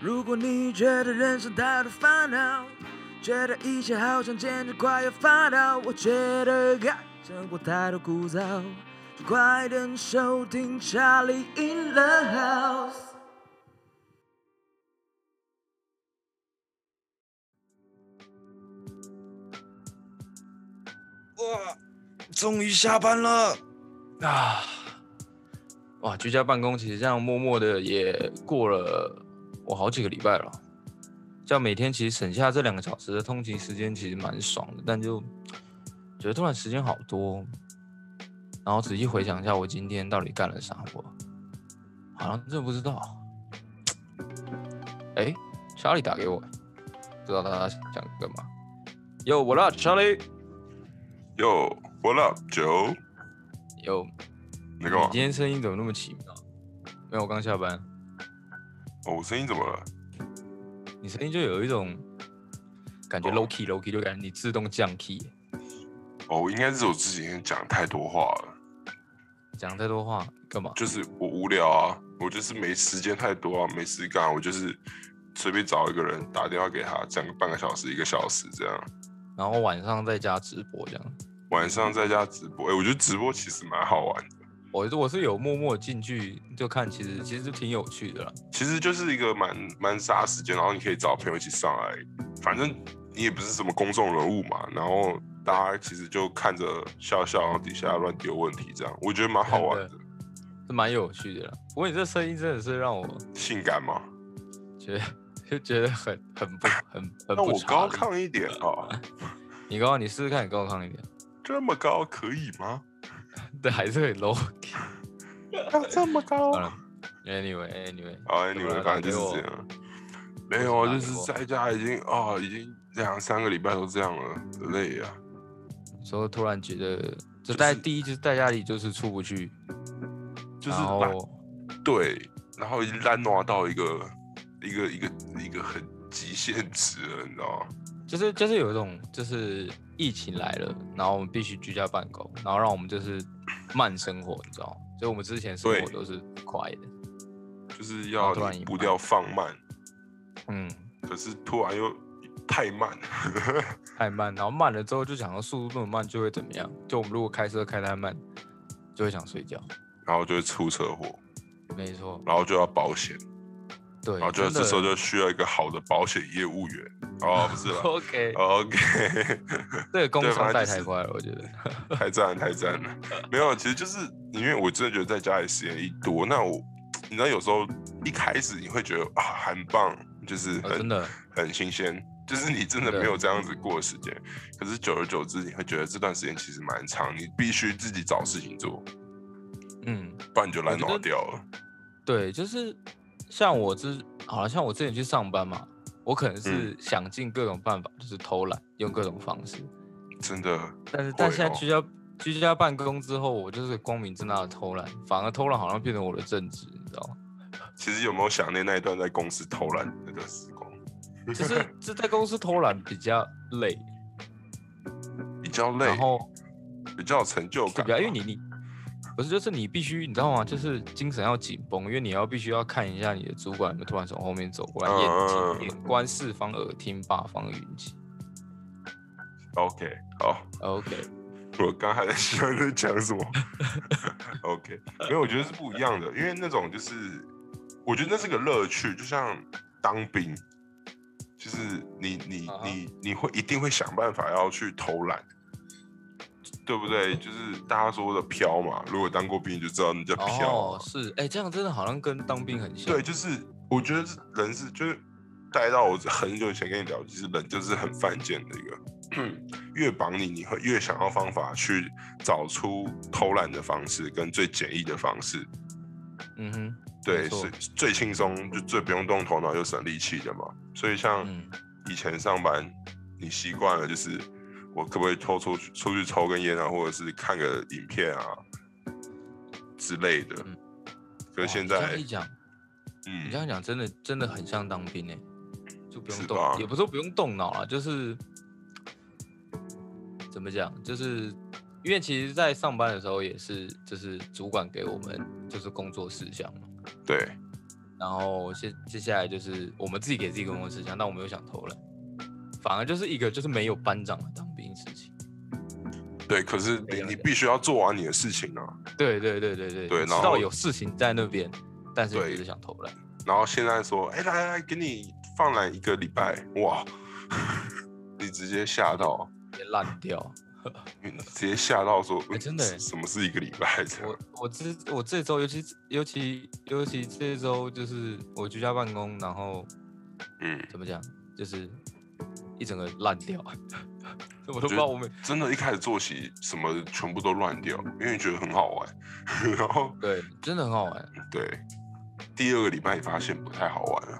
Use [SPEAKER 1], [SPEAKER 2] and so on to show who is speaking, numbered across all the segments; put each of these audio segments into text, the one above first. [SPEAKER 1] 如果你觉得人生太多烦恼，觉得一切好像简直快要发抖，我觉得该生活太多枯燥，就快点收听《Charlie in the House》。
[SPEAKER 2] 哇，终于下班了啊！哇，居家办公其实这样默默的也过了我好几个礼拜了，这样每天其实省下这两个小时的通勤时间，其实蛮爽的，但就觉得突然时间好多，然后仔细回想一下我今天到底干了啥，我好像真的不知道。哎，查理打给我，不知道他想干嘛。哟，我啦，查理。
[SPEAKER 3] Yo, what up, Joe？
[SPEAKER 2] 有，
[SPEAKER 3] 你干嘛
[SPEAKER 2] 你？今天声音怎么那么奇妙？没有，我刚下班。
[SPEAKER 3] 哦，我声音怎么了？
[SPEAKER 2] 你声音就有一种感觉
[SPEAKER 3] 哦
[SPEAKER 2] low key low key，就感觉你自动降 key，
[SPEAKER 3] 哦，我应该是我之前讲太多话了，
[SPEAKER 2] 讲太多话干嘛？
[SPEAKER 3] 就是我无聊啊，我就是没时间太多啊，没事干，我就是随便找一个人打电话给他，讲个半个小时、一个小时这样。
[SPEAKER 2] 然后晚上在家直播这样。
[SPEAKER 3] 晚上在家直播，哎、我觉得直播其实蛮好玩的，
[SPEAKER 2] 我我是有默默进去就看，其实其实挺有趣的啦。
[SPEAKER 3] 其实就是一个蛮蛮杀时间，然后你可以找朋友一起上来，反正你也不是什么公众人物嘛，然后大家其实就看着笑笑，然后底下乱丢问题这样，我觉得蛮好玩的
[SPEAKER 2] 真。是蛮有趣的啦。不过你这声音真的是让我
[SPEAKER 3] 性感吗？
[SPEAKER 2] 觉得 就觉得很很不很很
[SPEAKER 3] 那
[SPEAKER 2] 不
[SPEAKER 3] 我
[SPEAKER 2] 潮
[SPEAKER 3] 高
[SPEAKER 2] 流。
[SPEAKER 3] 亢 一点啊，
[SPEAKER 2] 你刚刚你试试看，你高亢一点，
[SPEAKER 3] 这么高可以 吗？
[SPEAKER 2] 对，还是很 low key。
[SPEAKER 3] 要这么高
[SPEAKER 2] 好了，anyway anyway，
[SPEAKER 3] 啊
[SPEAKER 2] 怎么
[SPEAKER 3] ？Anyway，
[SPEAKER 2] 了
[SPEAKER 3] 反正
[SPEAKER 2] 打给
[SPEAKER 3] 就是
[SPEAKER 2] 我
[SPEAKER 3] 这样。没有啊，
[SPEAKER 2] 打
[SPEAKER 3] 就
[SPEAKER 2] 给
[SPEAKER 3] 是
[SPEAKER 2] 我
[SPEAKER 3] 在家已经啊，已经两三个礼拜都这样了，累啊。
[SPEAKER 2] 所以突然觉得，就在第一就是在家里就是出不去，
[SPEAKER 3] 就是
[SPEAKER 2] 然
[SPEAKER 3] 懒
[SPEAKER 2] 后
[SPEAKER 3] 对，然后已经烂挪到一个一个一个一个很极限值了，你知道吗？
[SPEAKER 2] 就是就是有一种就是疫情来了，然后我们必须居家办公，然后让我们就是慢生活，你知道吗？所以我们之前生活
[SPEAKER 3] 对
[SPEAKER 2] 都是快的，
[SPEAKER 3] 就是
[SPEAKER 2] 然
[SPEAKER 3] 要
[SPEAKER 2] 后突然
[SPEAKER 3] 你
[SPEAKER 2] 一
[SPEAKER 3] 步
[SPEAKER 2] 慢
[SPEAKER 3] 调放慢，
[SPEAKER 2] 嗯，
[SPEAKER 3] 可是突然又太慢。
[SPEAKER 2] 太慢，然后慢了之后就想到速度那么慢就会怎么样？就我们如果开车开太慢，就会想睡觉。
[SPEAKER 3] 然后就会出车祸，
[SPEAKER 2] 没错，
[SPEAKER 3] 然后就要保险，
[SPEAKER 2] 对，
[SPEAKER 3] 然后就
[SPEAKER 2] 真的
[SPEAKER 3] 这时候就需要一个好的保险业务员。哦，不是啦，
[SPEAKER 2] OK，
[SPEAKER 3] OK，
[SPEAKER 2] 这个工
[SPEAKER 3] 对
[SPEAKER 2] 伤
[SPEAKER 3] 反正
[SPEAKER 2] 带
[SPEAKER 3] 就
[SPEAKER 2] 太
[SPEAKER 3] 是
[SPEAKER 2] 快了，我觉 得。
[SPEAKER 3] 太赞了，太赞了。没有，其实就是因为我真的觉得在家里时间一多，那我你知道有时候一开始你会觉得啊很棒，就是
[SPEAKER 2] 哦
[SPEAKER 3] 很、
[SPEAKER 2] 真的
[SPEAKER 3] 很新鲜，就是你真的
[SPEAKER 2] 真的
[SPEAKER 3] 没有这样子过的时间。可是久而久之，你会觉得这段时间其实蛮长，你必须自己找事情做，
[SPEAKER 2] 嗯，
[SPEAKER 3] 不然你就懒
[SPEAKER 2] 我觉
[SPEAKER 3] 惰
[SPEAKER 2] 得
[SPEAKER 3] 掉了。
[SPEAKER 2] 对，就是像我之，好了，像我之前去上班嘛，我可能
[SPEAKER 3] 嗯
[SPEAKER 2] 是想尽各种办法，就是偷懒，用各种方式。
[SPEAKER 3] 真的，
[SPEAKER 2] 但是，但
[SPEAKER 3] 会
[SPEAKER 2] 现在
[SPEAKER 3] 哦
[SPEAKER 2] 居家、居家办公之后，我就是光明正大的偷懒，反而偷懒好像变成我的正职，你知道 吗？
[SPEAKER 3] 其实有没有想念那一段在公司偷懒的那段时光？
[SPEAKER 2] 就是这在公司偷懒比较累，
[SPEAKER 3] 比较累
[SPEAKER 2] 然，后
[SPEAKER 3] 比较有成就
[SPEAKER 2] 就
[SPEAKER 3] 感
[SPEAKER 2] 比
[SPEAKER 3] 吧，
[SPEAKER 2] 较因为你你不是就是你必须你知道吗？就是精神要紧绷，因为你要必须要看一下你的主管有没有突然从后面走过来，眼
[SPEAKER 3] 嗯嗯嗯
[SPEAKER 2] 睛眼观四方，耳听八方云集。
[SPEAKER 3] OK，好。
[SPEAKER 2] OK，
[SPEAKER 3] 我刚才在想在讲什么 ？OK，没有，我觉得是不一样的，因为那种就是，我觉得那是个乐趣，就像当兵，就是你你
[SPEAKER 2] 啊哈
[SPEAKER 3] 你你会一定会想办法要去偷懒，对不对？就是大家说的飘嘛，如果当过兵就知道那叫飘啊、
[SPEAKER 2] 哦，是，哎、这样真的好像跟当兵很像。
[SPEAKER 3] 对，就是我觉得人是就是带到我很久以前跟你聊，其实人就是很犯贱的一个， 越绑你，你会越想要方法去找出偷懒的方式跟最简易的方式，
[SPEAKER 2] 嗯哼，没
[SPEAKER 3] 对，
[SPEAKER 2] 错
[SPEAKER 3] 是最轻松就最不用动头脑又省力气的嘛。所以像
[SPEAKER 2] 嗯，
[SPEAKER 3] 以前上班，你习惯了就是我可不可以偷出去出去抽根烟啊，或者是看个影片啊之类的
[SPEAKER 2] 嗯。
[SPEAKER 3] 可
[SPEAKER 2] 哇
[SPEAKER 3] 是现
[SPEAKER 2] 你这样
[SPEAKER 3] 在
[SPEAKER 2] 一，讲，你这
[SPEAKER 3] 嗯，
[SPEAKER 2] 样讲，真的真的很像当兵哎、就不用
[SPEAKER 3] 是
[SPEAKER 2] 动
[SPEAKER 3] 吧，
[SPEAKER 2] 也不是说不用动脑啊，就是怎么讲，就是因为其实，在上班的时候也是，就是主管给我们就是工作事项嘛，
[SPEAKER 3] 对，
[SPEAKER 2] 然后接接下来就是我们自己给自己工作事项，但我们又想偷懒，反而就是一个就是没有班长的当兵的事情。
[SPEAKER 3] 对，可是
[SPEAKER 2] 对
[SPEAKER 3] 你
[SPEAKER 2] 了
[SPEAKER 3] 你
[SPEAKER 2] 解
[SPEAKER 3] 必须要做完你的事情啊。
[SPEAKER 2] 对对对对对，
[SPEAKER 3] 对
[SPEAKER 2] 你知
[SPEAKER 3] 然后
[SPEAKER 2] 道有事情在那边，但是你
[SPEAKER 3] 对
[SPEAKER 2] 就是想偷懒。
[SPEAKER 3] 然后现在说，哎、来来来，给你放懒一个礼拜，哇， 你直接吓到，
[SPEAKER 2] 也烂掉。
[SPEAKER 3] 你直接吓到说，
[SPEAKER 2] 哎真的
[SPEAKER 3] 嗯
[SPEAKER 2] 哎
[SPEAKER 3] 什么是一个礼拜这样？
[SPEAKER 2] 我我这我这周尤其尤其尤其这周就是我居家办公，然后
[SPEAKER 3] 嗯，
[SPEAKER 2] 怎么讲，就是一整个烂掉， 我都不
[SPEAKER 3] 觉得
[SPEAKER 2] 知道我们
[SPEAKER 3] 真的，一开始作息什么全部都乱掉，因为觉得很好玩， 然后
[SPEAKER 2] 对真的很好玩。
[SPEAKER 3] 对，第二个礼拜你发现不太好玩了，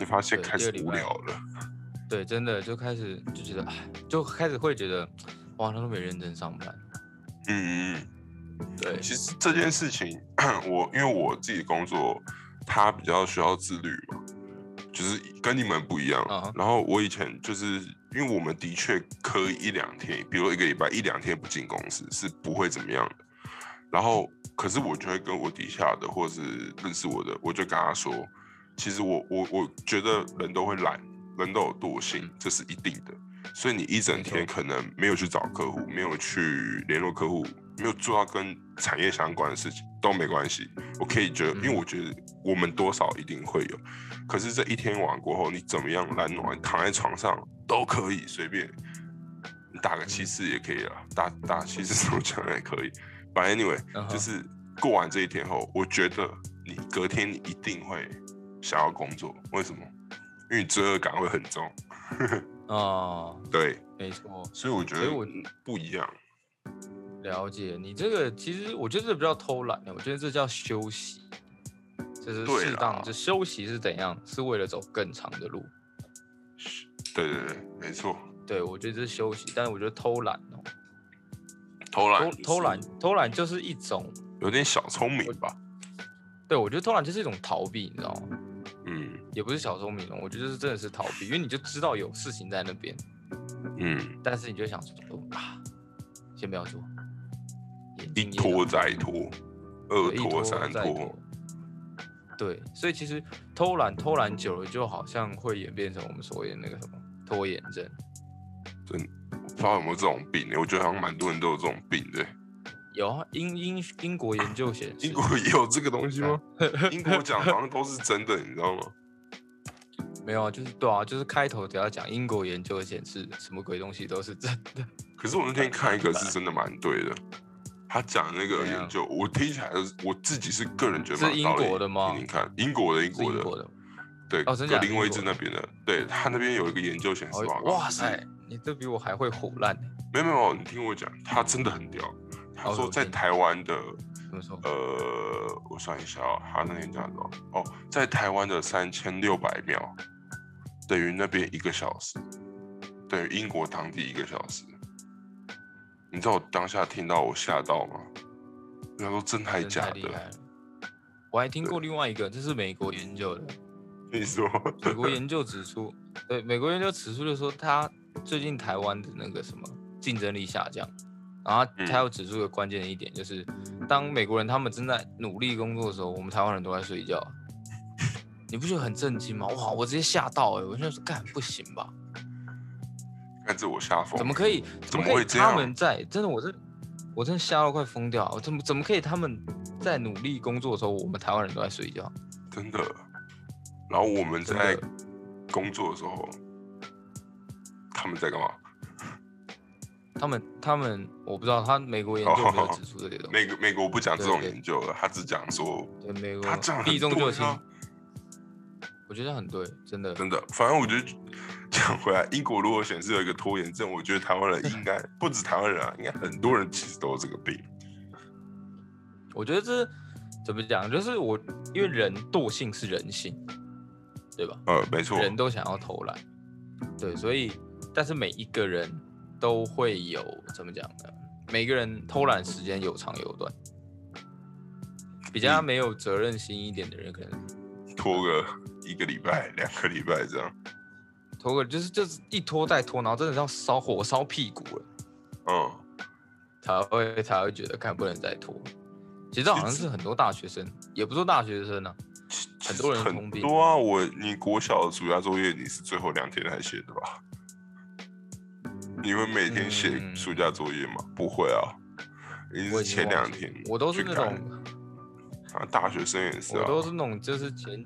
[SPEAKER 3] 你发现
[SPEAKER 2] 对
[SPEAKER 3] 开始
[SPEAKER 2] 第二礼
[SPEAKER 3] 无
[SPEAKER 2] 拜
[SPEAKER 3] 聊了，
[SPEAKER 2] 对，真的就开始就觉得，哎，就开始会觉得，哇，他都没认真上班。
[SPEAKER 3] 嗯嗯嗯。
[SPEAKER 2] 对，
[SPEAKER 3] 其实这件事情， 我因为我自己工作，它比较需要自律嘛，就是跟你们不一样。
[SPEAKER 2] 啊哈
[SPEAKER 3] 然后我以前就是因为我们的确可以一两天，比如一个礼拜一两天不进公司是不会怎么样的。然后，可是我就会跟我底下的或是认识我的，我就跟他说，其实我我我觉得人都会懒，人都有惰性，这是一定的。所以你一整天
[SPEAKER 2] 嗯没
[SPEAKER 3] 可能没有去找客户，没有去联络客户，没有做到跟产业相关的事情都没关系。我可以觉得，因
[SPEAKER 2] 嗯
[SPEAKER 3] 为我觉得我们多少一定会有。可是这一天晚过后，你怎么样懒暖，躺在床上都可以，随便你打个七次也可以了，打打七次 手枪也可以。反正 anyway，、
[SPEAKER 2] 嗯哼
[SPEAKER 3] 就是过完这一天后，我觉得你隔天你一定会想要工作，为什么？因为你罪恶感会很重。
[SPEAKER 2] 啊、
[SPEAKER 3] 对，
[SPEAKER 2] 没错，
[SPEAKER 3] 所以我觉
[SPEAKER 2] 所
[SPEAKER 3] 得
[SPEAKER 2] 以我
[SPEAKER 3] 不一样。
[SPEAKER 2] 了解。你这个其实我觉得这不叫偷懒，欸我觉得这叫休息，就是
[SPEAKER 3] 对
[SPEAKER 2] 适
[SPEAKER 3] 啦
[SPEAKER 2] 当。这休息是怎样？是为了走更长的路。
[SPEAKER 3] 对对对，没错，
[SPEAKER 2] 对，我觉得这是休息，但是我觉得偷懒哦，
[SPEAKER 3] 偷懒
[SPEAKER 2] 偷偷懒，偷懒就是一种，
[SPEAKER 3] 有点小聪明吧？
[SPEAKER 2] 对我觉得偷懒就是一种逃避，你知道吗？
[SPEAKER 3] 嗯
[SPEAKER 2] 也不是小聪明哦，我觉得是真的是逃避，因为你就知道有事情在那边，
[SPEAKER 3] 嗯，
[SPEAKER 2] 但是你就想说啊，先不要做，眼
[SPEAKER 3] 一
[SPEAKER 2] 睛也
[SPEAKER 3] 拖
[SPEAKER 2] 长
[SPEAKER 3] 再拖，
[SPEAKER 2] 对
[SPEAKER 3] 二
[SPEAKER 2] 一
[SPEAKER 3] 拖三
[SPEAKER 2] 再
[SPEAKER 3] 拖
[SPEAKER 2] 拖，，对，所以其实偷懒偷懒久了，就好像会演变成我们所谓的那个什么拖延症。
[SPEAKER 3] 我不知道有没有这种病、欸我觉得好像蛮多人都有这种病的、
[SPEAKER 2] 有啊，英英英国研究显示，
[SPEAKER 3] 英国也有这个东 西吗？英国讲好像都是真的，你知道吗？
[SPEAKER 2] 没有啊，就是对啊，就是开头只要讲英国研究显示，什么鬼东西都是真的。
[SPEAKER 3] 可是我那天看一个是真的蛮对的，他讲那个
[SPEAKER 2] 怎样
[SPEAKER 3] 研究，我听起来就是我自己是个人觉得蛮
[SPEAKER 2] 是
[SPEAKER 3] 有道理
[SPEAKER 2] 英国的吗
[SPEAKER 3] 听听看，英国的，英
[SPEAKER 2] 是
[SPEAKER 3] 国
[SPEAKER 2] 英
[SPEAKER 3] 的，
[SPEAKER 2] 国的。
[SPEAKER 3] 对，
[SPEAKER 2] 哦真
[SPEAKER 3] 格
[SPEAKER 2] 假的
[SPEAKER 3] 林
[SPEAKER 2] 英
[SPEAKER 3] 威
[SPEAKER 2] 国
[SPEAKER 3] 治
[SPEAKER 2] 的
[SPEAKER 3] 那边的，对他那边有一个研究显示
[SPEAKER 2] 哦
[SPEAKER 3] 报告，
[SPEAKER 2] 哇
[SPEAKER 3] 就是
[SPEAKER 2] 塞，你这比我还会虎烂呢。
[SPEAKER 3] 没有没有，你听我讲，他真的很屌。他
[SPEAKER 2] 哦
[SPEAKER 3] 说
[SPEAKER 2] 我
[SPEAKER 3] 在
[SPEAKER 2] 听
[SPEAKER 3] 台湾的，
[SPEAKER 2] 怎么说？
[SPEAKER 3] 呃，我算一下哦，他那天讲什么？哦，在台湾的三千六百秒等于那边一个小时，等于英国当地一个小时。你知道我当下听到我吓到吗？他说真还
[SPEAKER 2] 呃真的
[SPEAKER 3] 假
[SPEAKER 2] 太厉害
[SPEAKER 3] 的？
[SPEAKER 2] 了。我还听过另外一个，这是美国研究的。
[SPEAKER 3] 你说
[SPEAKER 2] 美国研究指出，对美国研究指出就说，他最近台湾的那个什么竞争力下降，然后
[SPEAKER 3] 嗯
[SPEAKER 2] 他又指出一个关键的一点，就是当美国人他们正在努力工作的时候，我们台湾人都在睡觉，你不觉得很震惊吗？哇，我直接吓到哎、欸！我就说干不行吧，
[SPEAKER 3] 看这我吓疯了，
[SPEAKER 2] 怎么可以？
[SPEAKER 3] 怎么
[SPEAKER 2] 么可
[SPEAKER 3] 会
[SPEAKER 2] 以？
[SPEAKER 3] 这
[SPEAKER 2] 他
[SPEAKER 3] 样
[SPEAKER 2] 们在真的，我真我真的吓到快疯掉啊，我怎么怎么可以？他们在努力工作的时候，我们台湾人都在睡觉，
[SPEAKER 3] 真的？然后我们
[SPEAKER 2] 真
[SPEAKER 3] 在
[SPEAKER 2] 的
[SPEAKER 3] 工作的时候，他们在干嘛？
[SPEAKER 2] 他们他们我不知道，他美国研究没有指出这些东西。
[SPEAKER 3] 美国美国不讲这
[SPEAKER 2] 对
[SPEAKER 3] 种
[SPEAKER 2] 对
[SPEAKER 3] 研究了，他只讲说
[SPEAKER 2] 对美国
[SPEAKER 3] 他这样很
[SPEAKER 2] 避重就
[SPEAKER 3] 对
[SPEAKER 2] 轻，
[SPEAKER 3] 啊，
[SPEAKER 2] 我觉得很对，真的。
[SPEAKER 3] 真的。反正我觉得 讲回来，英国如果显示有一个拖延症，我觉得台湾人 应该不止台湾人啊，应该很多人其实都有这个病。
[SPEAKER 2] 我觉得这怎么讲，就是我因为人惰性是人性，对吧？
[SPEAKER 3] 呃，没错，
[SPEAKER 2] 人都想要偷懒，对，所以但是每一个人都会有怎么讲呢？每个人偷懒时间有长有短，比较
[SPEAKER 3] 嗯
[SPEAKER 2] 没有责任心一点的人，可能
[SPEAKER 3] 拖个一个礼拜、 两个礼拜这样。
[SPEAKER 2] 拖个就是就是一拖再拖，然后真的是要烧火烧屁股了。
[SPEAKER 3] 嗯，
[SPEAKER 2] 才会才会觉得看不能再拖。其实好像是很多大学生，也不是大学生啊，很多人
[SPEAKER 3] 很
[SPEAKER 2] 通病
[SPEAKER 3] 多啊！我你国小的暑假作业你是最后两天才写的吧？你会每天写
[SPEAKER 2] 嗯
[SPEAKER 3] 暑假作业吗？不会啊，一定
[SPEAKER 2] 我
[SPEAKER 3] 是
[SPEAKER 2] 已经
[SPEAKER 3] 前
[SPEAKER 2] 忘
[SPEAKER 3] 两
[SPEAKER 2] 记
[SPEAKER 3] 天
[SPEAKER 2] 了我都是
[SPEAKER 3] 去
[SPEAKER 2] 那
[SPEAKER 3] 看
[SPEAKER 2] 种
[SPEAKER 3] 啊，大学生也是
[SPEAKER 2] 我
[SPEAKER 3] 啊，
[SPEAKER 2] 都是那种就是前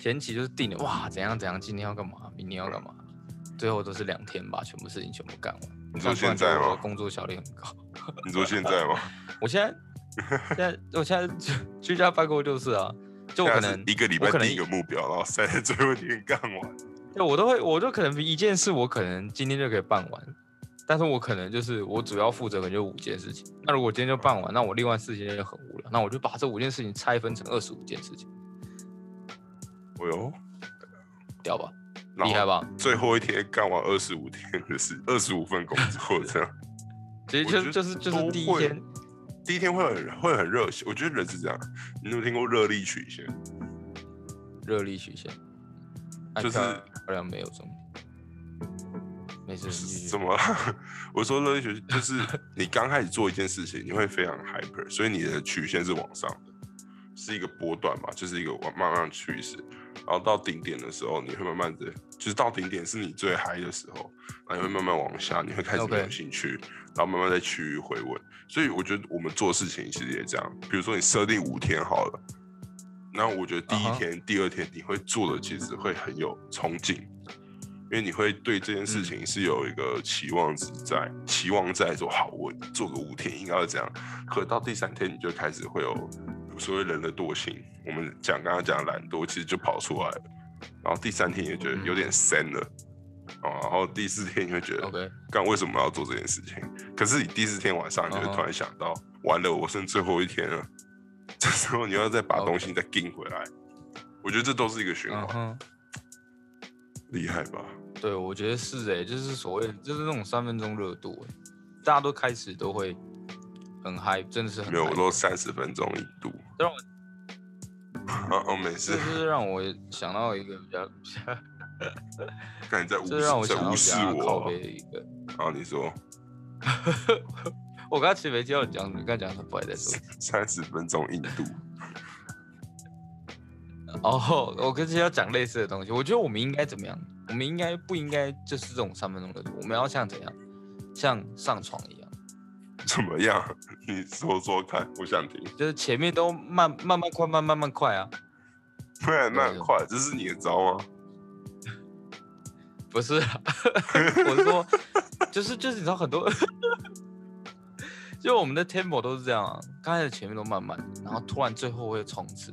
[SPEAKER 2] 前期就是定的哇怎样怎样，今天要干嘛，明天要干嘛，最后都是两天把全部事情全部干完。
[SPEAKER 3] 你
[SPEAKER 2] 这
[SPEAKER 3] 说
[SPEAKER 2] 样不然
[SPEAKER 3] 现在
[SPEAKER 2] 就我
[SPEAKER 3] 吗
[SPEAKER 2] 的工作效率很高。
[SPEAKER 3] 你说现在吗？
[SPEAKER 2] 我现在现在我现在居居家办公就是啊，就我可
[SPEAKER 3] 现在是
[SPEAKER 2] 能
[SPEAKER 3] 一个礼
[SPEAKER 2] 我
[SPEAKER 3] 拜
[SPEAKER 2] 可能
[SPEAKER 3] 定一个目标，然后塞在最后一天干完。
[SPEAKER 2] 对我都会，我就可能一件事，我可能今天就可以办完，但是我可能就是我主要负责可能就五件事情。那如果今天就办完，那我另外四件就很无聊，那我就把这五件事情拆分成二十五件事情，
[SPEAKER 3] 哎呦，
[SPEAKER 2] 屌吧？
[SPEAKER 3] 然
[SPEAKER 2] 厉
[SPEAKER 3] 后
[SPEAKER 2] 害吧？
[SPEAKER 3] 最后一天干完二十五天的事，二十五份工作 这样。
[SPEAKER 2] 其实
[SPEAKER 3] 我
[SPEAKER 2] 就
[SPEAKER 3] 觉得
[SPEAKER 2] 就是就是
[SPEAKER 3] 都
[SPEAKER 2] 第一
[SPEAKER 3] 会
[SPEAKER 2] 天，
[SPEAKER 3] 第一天会很会很热血，我觉得人是这样。你有没有听过热力曲线？
[SPEAKER 2] 热力曲线，爱
[SPEAKER 3] 就是
[SPEAKER 2] 漂亮没有终点，没事，
[SPEAKER 3] 是
[SPEAKER 2] 你继续
[SPEAKER 3] 怎么 啦？我说热力曲线就是你刚开始做一件事情，你会非常 hyper，所以你的曲线是往上的，是一个波段嘛，就是一个往慢慢趋势。然后到顶点的时候，你会慢慢的，就是到顶点是你最嗨的时候，然后你会慢慢往下，你会开始没有
[SPEAKER 2] OK
[SPEAKER 3] 兴趣然后慢慢再趋于回稳。所以我觉得我们做事情其实也这样，比如说你设定五天好了，那我觉得第一
[SPEAKER 2] 啊哈
[SPEAKER 3] 天、第二天你会做的其实会很有冲劲，因为你会对这件事情是有一个期望值在，期望在说好我做个五天应该要这样，可到第三天你就开始会有所谓人的惰性，我们讲刚刚讲的懒惰其实就跑出来了，然后第三天也觉得有点深了。哦，然后第四天你会觉得
[SPEAKER 2] OK，
[SPEAKER 3] 干为什么要做这件事情？可是你第四天晚上你就
[SPEAKER 2] 嗯
[SPEAKER 3] 会
[SPEAKER 2] 哼
[SPEAKER 3] 突然想到，完了，我剩最后一天了， 这时候你要再把东西再盯回来。我觉得这都是一个循
[SPEAKER 2] 嗯
[SPEAKER 3] 环，
[SPEAKER 2] 哼，
[SPEAKER 3] 厉害吧？
[SPEAKER 2] 对，我觉得是哎、就是所谓就是那种三分钟热度、欸，大家都开始都会很嗨，真的是很
[SPEAKER 3] 没有，
[SPEAKER 2] 嗨
[SPEAKER 3] 我都三十分钟一度。
[SPEAKER 2] 这让我
[SPEAKER 3] 啊 哦，没
[SPEAKER 2] 这
[SPEAKER 3] 事，
[SPEAKER 2] 就是让我想到一个比 较，
[SPEAKER 3] 看你在无
[SPEAKER 2] 这让我
[SPEAKER 3] 视，
[SPEAKER 2] 想
[SPEAKER 3] 在
[SPEAKER 2] 到
[SPEAKER 3] 无
[SPEAKER 2] 比
[SPEAKER 3] 视
[SPEAKER 2] 较靠
[SPEAKER 3] 我
[SPEAKER 2] 背。的一个。
[SPEAKER 3] 然后你说
[SPEAKER 2] 我刚刚其实没听到你讲什么，刚才讲什么不好意思再说。
[SPEAKER 3] 三十分钟硬度，
[SPEAKER 2] 哦，我跟其实要讲类似的东西，我觉得我们应该怎么样？我们应该不应该就是这种三分钟热度？我们要像怎样？像上床一样。
[SPEAKER 3] 怎么样？ 你说说看，我想听。
[SPEAKER 2] 就是前面都慢慢慢快慢慢慢快啊，
[SPEAKER 3] 不然那很快，这是你的招吗？
[SPEAKER 2] 不是啊，我是说，就是就是你知道很多，就我们的 tempo 都是这样啊，刚开始前面都慢慢的，然后突然最后会冲刺，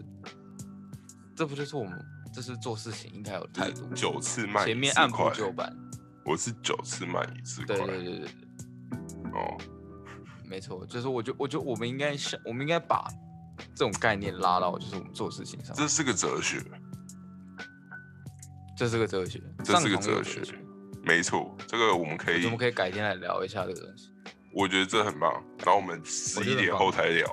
[SPEAKER 2] 这不就是我们这是做事情应该有的态度，
[SPEAKER 3] 九次慢一次快，
[SPEAKER 2] 前面按部就班，
[SPEAKER 3] 我是九次慢一次快
[SPEAKER 2] 对对对对对，
[SPEAKER 3] 哦。
[SPEAKER 2] 没错，就是我觉我觉得我们应该是我们应该把这种概念拉到就是我们做事情上，
[SPEAKER 3] 这是个哲学，
[SPEAKER 2] 这是个哲学，
[SPEAKER 3] 这
[SPEAKER 2] 上
[SPEAKER 3] 是个
[SPEAKER 2] 床有
[SPEAKER 3] 哲学没错。这个我们可以，
[SPEAKER 2] 我们可以改天来聊一下这个东西。
[SPEAKER 3] 我觉得这很棒。然后我们
[SPEAKER 2] 我
[SPEAKER 3] 十
[SPEAKER 2] 觉得
[SPEAKER 3] 一
[SPEAKER 2] 很
[SPEAKER 3] 点
[SPEAKER 2] 棒
[SPEAKER 3] 后才聊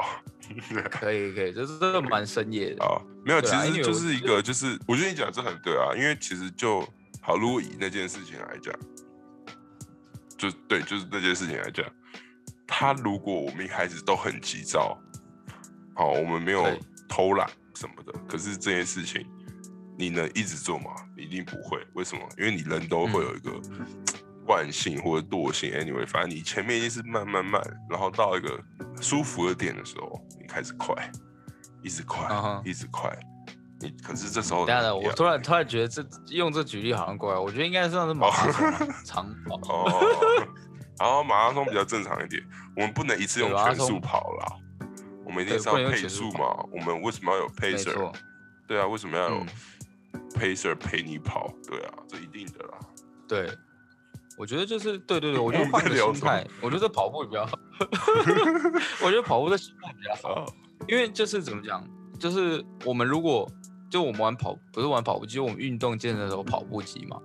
[SPEAKER 2] 可以可以，就是真的蛮深夜的。
[SPEAKER 3] 啊，没有，
[SPEAKER 2] 对
[SPEAKER 3] 其
[SPEAKER 2] 啊因
[SPEAKER 3] 实
[SPEAKER 2] 为
[SPEAKER 3] 就
[SPEAKER 2] 我
[SPEAKER 3] 是一
[SPEAKER 2] 觉
[SPEAKER 3] 个，就是我觉得你讲得这很对啊，因为其实就好，如果以那件事情来讲，就对，就是那件事情来讲，他如果我们一开始都很急躁，好，我们没有
[SPEAKER 2] 对
[SPEAKER 3] 偷懒什么的，可是这件事情你能一直做吗？你一定不会，为什么？因为你人都会
[SPEAKER 2] 嗯
[SPEAKER 3] 有一个惯性或者惰性，anyway，反正你前面一定是慢慢慢，然后到一个舒服的点的时候，你开始快，一直快
[SPEAKER 2] 嗯哼
[SPEAKER 3] 一直快。你可是这时候
[SPEAKER 2] 嗯等一下
[SPEAKER 3] 你
[SPEAKER 2] 呢，啊我
[SPEAKER 3] 要
[SPEAKER 2] 突然突然觉得这用这举例好像怪，我觉得应该算是马拉松啊、 长跑。
[SPEAKER 3] 哦， 然后马拉松比较正常一点，我们不能一次用
[SPEAKER 2] 对马拉
[SPEAKER 3] 全
[SPEAKER 2] 松
[SPEAKER 3] 速跑啦，我们一定
[SPEAKER 2] 对
[SPEAKER 3] 是
[SPEAKER 2] 不能用
[SPEAKER 3] 要配
[SPEAKER 2] 全速
[SPEAKER 3] 速嘛
[SPEAKER 2] 跑。
[SPEAKER 3] 我们为什么要有
[SPEAKER 2] 没
[SPEAKER 3] pacer？
[SPEAKER 2] 错，
[SPEAKER 3] 对啊，为什么要有
[SPEAKER 2] 嗯
[SPEAKER 3] pacer 陪你跑？对啊，这一定的啦。
[SPEAKER 2] 对，我觉得就是对对对，我觉得
[SPEAKER 3] 我们
[SPEAKER 2] 换
[SPEAKER 3] 在
[SPEAKER 2] 个
[SPEAKER 3] 聊
[SPEAKER 2] 心态，我觉得跑步比 较好。我觉得跑步的心态比较好，
[SPEAKER 3] 啊，
[SPEAKER 2] 因为就是怎么讲，就是我们如果就我们玩跑不是玩跑步机，我们运动健身的时候跑步机嘛。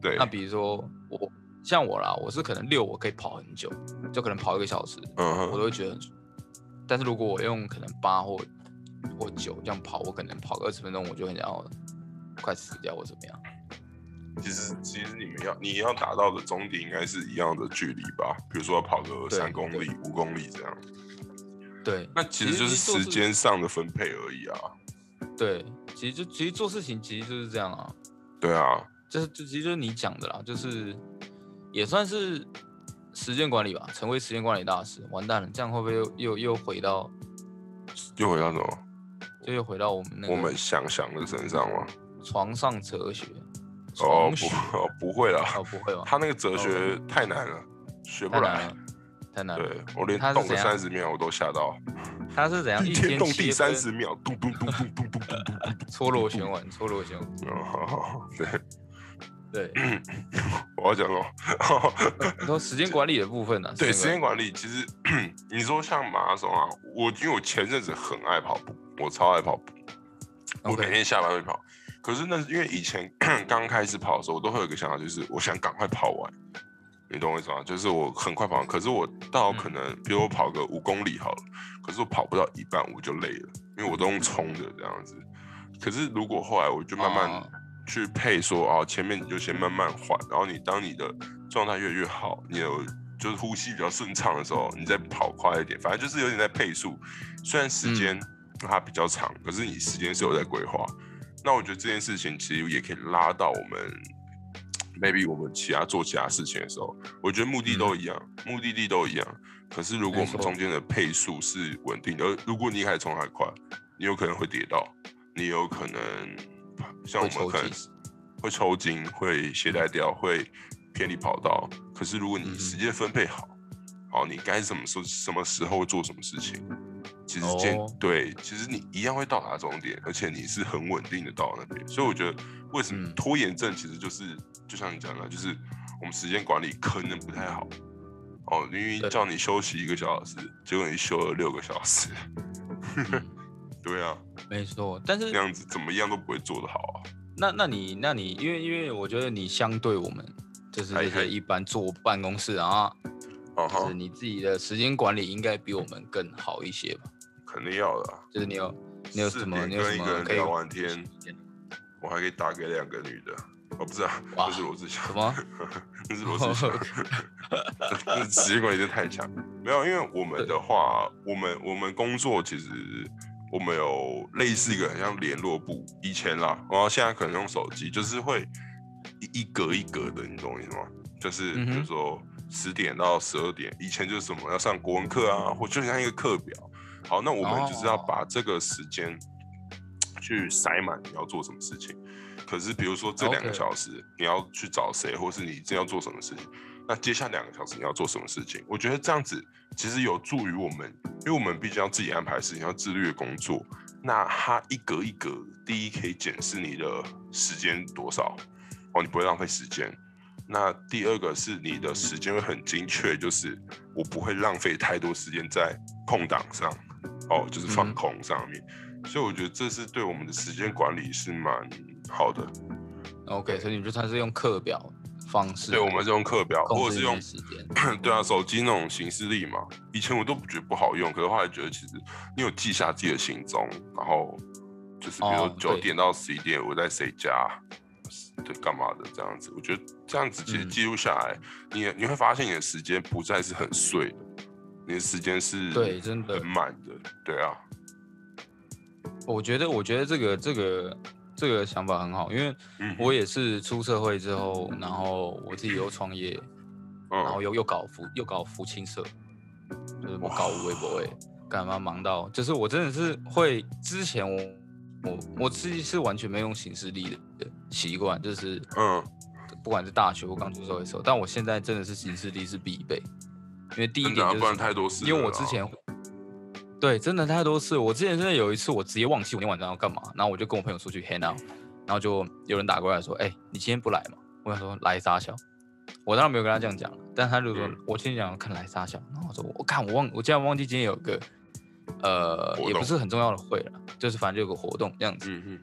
[SPEAKER 3] 对
[SPEAKER 2] 那，比如说我像我啦，我是可能遛我可以跑很久，就可能跑一个小时，
[SPEAKER 3] 嗯
[SPEAKER 2] 我
[SPEAKER 3] 哼，
[SPEAKER 2] 都会觉得很爽。但是如果我用可能八或或九这样跑，我可能跑个二十分钟，我就很想要快死掉或怎么样。
[SPEAKER 3] 其实其实你们要你要达到的终点应该是一样的距离吧，比如说跑个
[SPEAKER 2] 对
[SPEAKER 3] 三公里、五公里这样。
[SPEAKER 2] 对，
[SPEAKER 3] 那其实就是时间上的分配而已啊。
[SPEAKER 2] 对，其实就其实做事情其实就是这样啊，
[SPEAKER 3] 对啊，
[SPEAKER 2] 就是就其实就是你讲的啦，就是也算是时间管理吧，成为时间管理大师。完蛋了，这样会不会又又又回到
[SPEAKER 3] 又回到什么？
[SPEAKER 2] 就又回到我们那
[SPEAKER 3] 我们
[SPEAKER 2] 个
[SPEAKER 3] 想想的身上吗？
[SPEAKER 2] 床上哲学？
[SPEAKER 3] 哦
[SPEAKER 2] 床学
[SPEAKER 3] 不，哦不会啦，
[SPEAKER 2] 哦不会吧？
[SPEAKER 3] 他那个哲学太难了，学
[SPEAKER 2] 太
[SPEAKER 3] 不
[SPEAKER 2] 难
[SPEAKER 3] 来
[SPEAKER 2] 了。，太难了。
[SPEAKER 3] 对我连
[SPEAKER 2] 他是
[SPEAKER 3] 动
[SPEAKER 2] 怎
[SPEAKER 3] 个
[SPEAKER 2] 样
[SPEAKER 3] 三十秒我都吓到，
[SPEAKER 2] 他是怎样
[SPEAKER 3] 一
[SPEAKER 2] 天
[SPEAKER 3] 动
[SPEAKER 2] 切
[SPEAKER 3] 地三
[SPEAKER 2] 分
[SPEAKER 3] 十秒，咚咚咚咚咚咚咚咚 咚。
[SPEAKER 2] 搓螺旋丸，搓螺旋丸。
[SPEAKER 3] 哦，好好好，对，
[SPEAKER 2] 对，
[SPEAKER 3] 我要讲哦，
[SPEAKER 2] 你说时间管理的部分呢、啊？
[SPEAKER 3] 对，时间
[SPEAKER 2] 管
[SPEAKER 3] 管理其实 你说像马拉松啊，我因为我前阵子很爱跑步，我超爱跑步，我
[SPEAKER 2] OK
[SPEAKER 3] 每天下班会跑。可是那是因为以前 刚开始跑的时候，我都会有一个想法，就是我想赶快跑完，你懂我意思吗？就是我很快跑完，可是我到
[SPEAKER 2] 嗯
[SPEAKER 3] 可能，比如我跑个五公里好了，可是我跑不到一半我就累了，因为我都用冲的这样子。可是如果后来我就慢慢、
[SPEAKER 2] 哦
[SPEAKER 3] 去配说哦，前面你就先慢慢缓，然后你当你的状态越来越好，你有就是呼吸比较顺畅的时候，你再跑快一点，反正就是有点在配速。虽然
[SPEAKER 2] 嗯
[SPEAKER 3] 时间它比较长，可是你时间是有在规划。那我觉得这件事情其实也可以拉到我们 maybe 我们其他做其他事情的时候，我觉得目的都一样，目的地都一样。可是如果我
[SPEAKER 2] 嗯没
[SPEAKER 3] 们
[SPEAKER 2] 错
[SPEAKER 3] 中间的配速是稳定的，而如果你一开始冲太快，你有可能会跌倒，你有可能像我
[SPEAKER 2] 会抽
[SPEAKER 3] 们可能
[SPEAKER 2] 筋
[SPEAKER 3] 会抽筋、会懈怠掉、会偏离跑道。可是如果
[SPEAKER 2] 嗯
[SPEAKER 3] 你
[SPEAKER 2] 哼
[SPEAKER 3] 时间分配好，好，你该什么时候、什么时候做什么事情，其实这、
[SPEAKER 2] 哦
[SPEAKER 3] 对，其实你一样会到达终点，而且你是很稳定的到那边。所以我觉得，为什么
[SPEAKER 2] 嗯
[SPEAKER 3] 拖延症其实就是，就像你讲的，就是我们时间管理可能不太好。哦，因为
[SPEAKER 2] 对
[SPEAKER 3] 叫你休息一个小时，结果你休了六个小时。
[SPEAKER 2] 嗯
[SPEAKER 3] 对啊，
[SPEAKER 2] 没错。但是
[SPEAKER 3] 这样子怎么样都不会做得好啊。
[SPEAKER 2] 那那你那你，因为因为我觉得你相对我们就是
[SPEAKER 3] 嗨
[SPEAKER 2] 这
[SPEAKER 3] 嗨
[SPEAKER 2] 些一般坐办公室啊，
[SPEAKER 3] 哦
[SPEAKER 2] 就是
[SPEAKER 3] 哈，
[SPEAKER 2] 你自己的时间管理应该比我们更好一些吧？
[SPEAKER 3] 肯定要的啊、
[SPEAKER 2] 就是你有你有
[SPEAKER 3] 四
[SPEAKER 2] 什么
[SPEAKER 3] 点
[SPEAKER 2] 你有
[SPEAKER 3] 跟
[SPEAKER 2] 什
[SPEAKER 3] 一个
[SPEAKER 2] 么
[SPEAKER 3] 人
[SPEAKER 2] 可以
[SPEAKER 3] 聊完天我还可以打给两个女的。哦，不是啊，
[SPEAKER 2] 哇
[SPEAKER 3] 这是罗志祥
[SPEAKER 2] 什， 么？
[SPEAKER 3] 这是罗志
[SPEAKER 2] 哦
[SPEAKER 3] 祥，这这职业管理真的太强。没有，因为我们的话，我们我们工作其实我们有类似一个很像联络部，以前啦，然后现在可能用手机，就是会一一格一格的，你懂我意思吗？就是
[SPEAKER 2] 嗯哼
[SPEAKER 3] 比如说十点到十二点，以前就是什么要上国文课啊，或就像一个课表。好，那我们就是要
[SPEAKER 2] 哦
[SPEAKER 3] 把这个时间去塞满你要做什么事情。可是比如说这两个
[SPEAKER 2] OK
[SPEAKER 3] 小时你要去找谁，或是你今天要做什么事情，那接下来两个小时你要做什么事情？我觉得这样子其实有助于我们，因为我们毕竟要自己安排事情，要自律的工作。那它一格一格，第一可以检视你的时间多少，哦，你不会浪费时间。那第二个是你的时间会很精确，就是我不会浪费太多时间在空档上，哦，就是放
[SPEAKER 2] 嗯
[SPEAKER 3] 空上面。所以我觉得这是对我们的时间管理是蛮好的。
[SPEAKER 2] OK，所以你就算是用课表方式，
[SPEAKER 3] 对，我们是用课表，或
[SPEAKER 2] 控
[SPEAKER 3] 者
[SPEAKER 2] 制
[SPEAKER 3] 是
[SPEAKER 2] 你
[SPEAKER 3] 用
[SPEAKER 2] 的时间。
[SPEAKER 3] 对啊，手机那种行事历嘛，以前我都不觉得不好用，可是后来觉得其实你有记下自己的行踪，然后就是比如说
[SPEAKER 2] 哦
[SPEAKER 3] 九
[SPEAKER 2] 对
[SPEAKER 3] 点到十一点我在谁家，对，干嘛的这样子，我觉得这样子其实
[SPEAKER 2] 嗯
[SPEAKER 3] 记录下来，你你会发现你的时间不再是很碎的，你的时间是
[SPEAKER 2] 对，真的
[SPEAKER 3] 很，满的，对啊，
[SPEAKER 2] 我觉得我觉得这个这个这个想法很好，因为
[SPEAKER 3] 嗯
[SPEAKER 2] 我也是出社会之后，然后我自己又创业，然后
[SPEAKER 3] 嗯，
[SPEAKER 2] 又又搞福又搞福清社，就是我
[SPEAKER 3] 哇
[SPEAKER 2] 搞微博哎，干嘛忙到？就是我真的是会之前我我我自己是完全没有用行事历的习惯，就是
[SPEAKER 3] 嗯，
[SPEAKER 2] 不管是大学或刚出社会的时候，但我现在真的是行事历是必备，因为第一
[SPEAKER 3] 真
[SPEAKER 2] 点
[SPEAKER 3] 的啊、
[SPEAKER 2] 就是
[SPEAKER 3] 不然太多事了啦，哦啊
[SPEAKER 2] 因为我之前对真的太多次，我之前真的有一次我直接忘记我今天晚上要干嘛，然后我就跟我朋友出去 hang out，然后就有人打过来说：“哎、你今天不来吗？”我想说来撒小，我当然没有跟他这样讲，但他就说：“
[SPEAKER 3] 嗯
[SPEAKER 2] 我今天讲看来撒小。”然后我说：“我看我忘，我竟然忘记今天有个呃
[SPEAKER 3] 活
[SPEAKER 2] 也不
[SPEAKER 3] 动
[SPEAKER 2] 是很重要的会了，就是反正就有个活动这样子。”
[SPEAKER 3] 嗯嗯，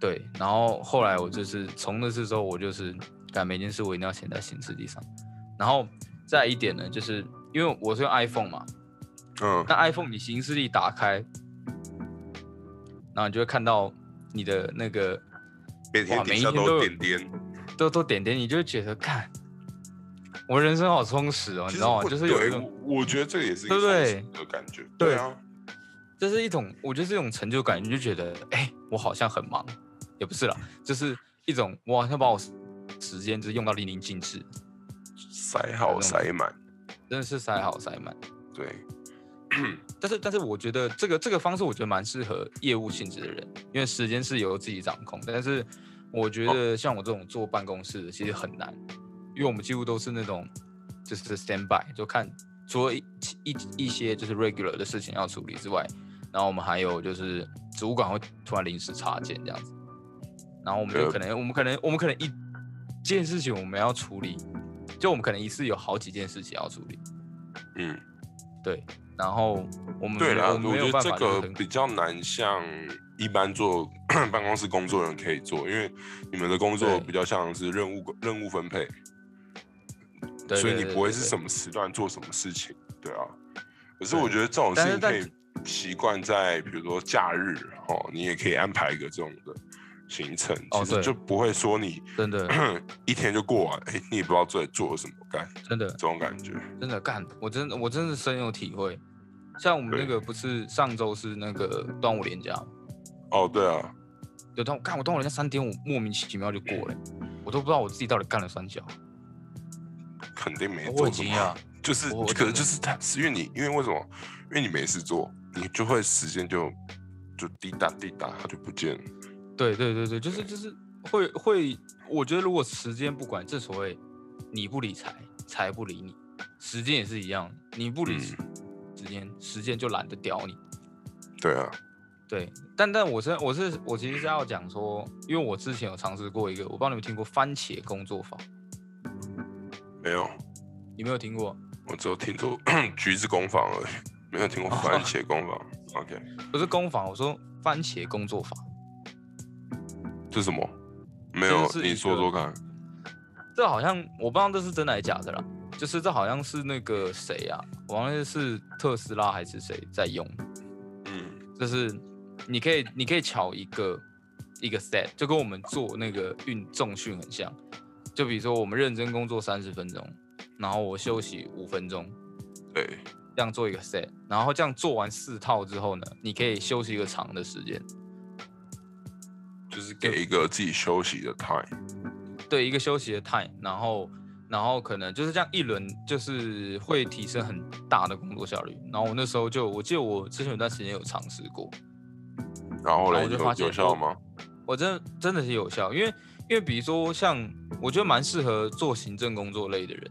[SPEAKER 2] 对，然后后来我就是从那次之后，我就是干每件事我一定要写在行事历上。然后再一点呢，就是因为我是用 iPhone 嘛，
[SPEAKER 3] 嗯
[SPEAKER 2] 那 iPhone 你行事历打开，然后你就会看到你的那个
[SPEAKER 3] 每天
[SPEAKER 2] 哇
[SPEAKER 3] 底
[SPEAKER 2] 每一
[SPEAKER 3] 下
[SPEAKER 2] 天都
[SPEAKER 3] 都有
[SPEAKER 2] 有
[SPEAKER 3] 点点，
[SPEAKER 2] 都都点点，你就会觉得，看我人生好充实哦，你
[SPEAKER 3] 其
[SPEAKER 2] 知
[SPEAKER 3] 实
[SPEAKER 2] 道
[SPEAKER 3] 会
[SPEAKER 2] 吗？就是有一
[SPEAKER 3] 对
[SPEAKER 2] 种，
[SPEAKER 3] 我我觉得这个也是一个
[SPEAKER 2] 对不对
[SPEAKER 3] 充实的感觉，
[SPEAKER 2] 对
[SPEAKER 3] 对啊，
[SPEAKER 2] 这是一种，我觉得是一种成就感，你就觉得，哎、我好像很忙，也不是啦，就是一种我好像把我时时间就是用到淋漓尽致，
[SPEAKER 3] 塞好塞满，
[SPEAKER 2] 真的是塞好塞满。
[SPEAKER 3] 对，
[SPEAKER 2] 但是但是我觉得这个这个方式我觉得蛮适合业务性质的人，因为时间是由自己掌控。但是我觉得像我这种坐办公室的其实很难，因为我们几乎都是那种就是 stand by，就看除了一一一些就是 regular 的事情要处理之外，然后我们还有就是主管会突然临时插件这样子，然后我们就
[SPEAKER 3] 呃
[SPEAKER 2] 可能我们可能我们可能一件事情我们要处理，就我们可能一次有好几件事情要处理，
[SPEAKER 3] 嗯，
[SPEAKER 2] 对。然后我们
[SPEAKER 3] 对啦，
[SPEAKER 2] 我们
[SPEAKER 3] 我
[SPEAKER 2] 没有
[SPEAKER 3] 觉得
[SPEAKER 2] 办
[SPEAKER 3] 这
[SPEAKER 2] 法
[SPEAKER 3] 个
[SPEAKER 2] 就是很
[SPEAKER 3] 比较难像一般做 办公室工作人可以做，因为你们的工作
[SPEAKER 2] 对
[SPEAKER 3] 比较像是任务任务分配，
[SPEAKER 2] 对
[SPEAKER 3] 所
[SPEAKER 2] 对
[SPEAKER 3] 以你
[SPEAKER 2] 对
[SPEAKER 3] 不会
[SPEAKER 2] 对
[SPEAKER 3] 是
[SPEAKER 2] 对
[SPEAKER 3] 什么时段做什么事情，对啊。可是
[SPEAKER 2] 对
[SPEAKER 3] 我觉得这种事
[SPEAKER 2] 但是
[SPEAKER 3] 情
[SPEAKER 2] 但
[SPEAKER 3] 可以
[SPEAKER 2] 是
[SPEAKER 3] 习惯在，比如说假日哦，你也可以安排一个这种的行程，
[SPEAKER 2] 哦
[SPEAKER 3] 其实
[SPEAKER 2] 对
[SPEAKER 3] 就不会说你
[SPEAKER 2] 真的
[SPEAKER 3] 一天就过完，哎，你也不知道自己做了什么干，
[SPEAKER 2] 真的
[SPEAKER 3] 这种感觉。
[SPEAKER 2] 真的干，我真的我真的深有体会。像我们那
[SPEAKER 3] 对
[SPEAKER 2] 个不是上周是那个端午连假吗，
[SPEAKER 3] 哦，对啊，
[SPEAKER 2] 对，端午干我端午连假三天，我莫名其妙就过了欸、我都不知道我自己到底干了三小，
[SPEAKER 3] 肯定没
[SPEAKER 2] 我
[SPEAKER 3] 做
[SPEAKER 2] 很
[SPEAKER 3] 什
[SPEAKER 2] 惊
[SPEAKER 3] 么
[SPEAKER 2] 讶。。
[SPEAKER 3] 就是
[SPEAKER 2] 我我
[SPEAKER 3] 可
[SPEAKER 2] 真的
[SPEAKER 3] 能就是他，是因为你因为为什么？因为你没事做，你就会时间就就滴答滴答，它就不见了。
[SPEAKER 2] 对对对对，就是就是会会，我觉得如果时间不管，正所谓你不理财，财不理你，时间也是一样，你不理
[SPEAKER 3] 嗯
[SPEAKER 2] 时时间，时间就懒得屌你。
[SPEAKER 3] 对啊，
[SPEAKER 2] 对，但但我是我是我其实是要讲说，因为我之前有尝试过一个，我不知道你们听过番茄工作法，
[SPEAKER 3] 没有，
[SPEAKER 2] 你没有听过？
[SPEAKER 3] 我只有听过橘子工坊而已，没有听过 番茄工坊。OK，
[SPEAKER 2] 不是工坊，我说番茄工作法，
[SPEAKER 3] 这是什么？没有
[SPEAKER 2] 其实，是一
[SPEAKER 3] 你说
[SPEAKER 2] 个
[SPEAKER 3] 说看。
[SPEAKER 2] 这好像我不知道这是真的还是假的啦，就是这好像是那个谁啊，我忘记是特斯拉还是谁在用，
[SPEAKER 3] 嗯，
[SPEAKER 2] 就是你可以你可以巧一个一个 set，就跟我们做那个运重训很像。就比如说我们认真工作三十分钟，然后我休息五分钟，
[SPEAKER 3] 对，
[SPEAKER 2] 这样做一个 set，然后这样做完四套之后呢，你可以休息一个长的时间，
[SPEAKER 3] 就是给一个自己休息的 time。
[SPEAKER 2] 对，一个休息的 time，然后然后可能就是这样一轮，就是会提升很大的工作效率。然后我那时候就，我记得我之前有段时间有尝试过，
[SPEAKER 3] 然
[SPEAKER 2] 然后
[SPEAKER 3] 后嘞，
[SPEAKER 2] 我就
[SPEAKER 3] 有
[SPEAKER 2] 发现
[SPEAKER 3] 有效吗？
[SPEAKER 2] 我真的真的是有效，因为因为比如说像我觉得蛮适合做行政工作类的人，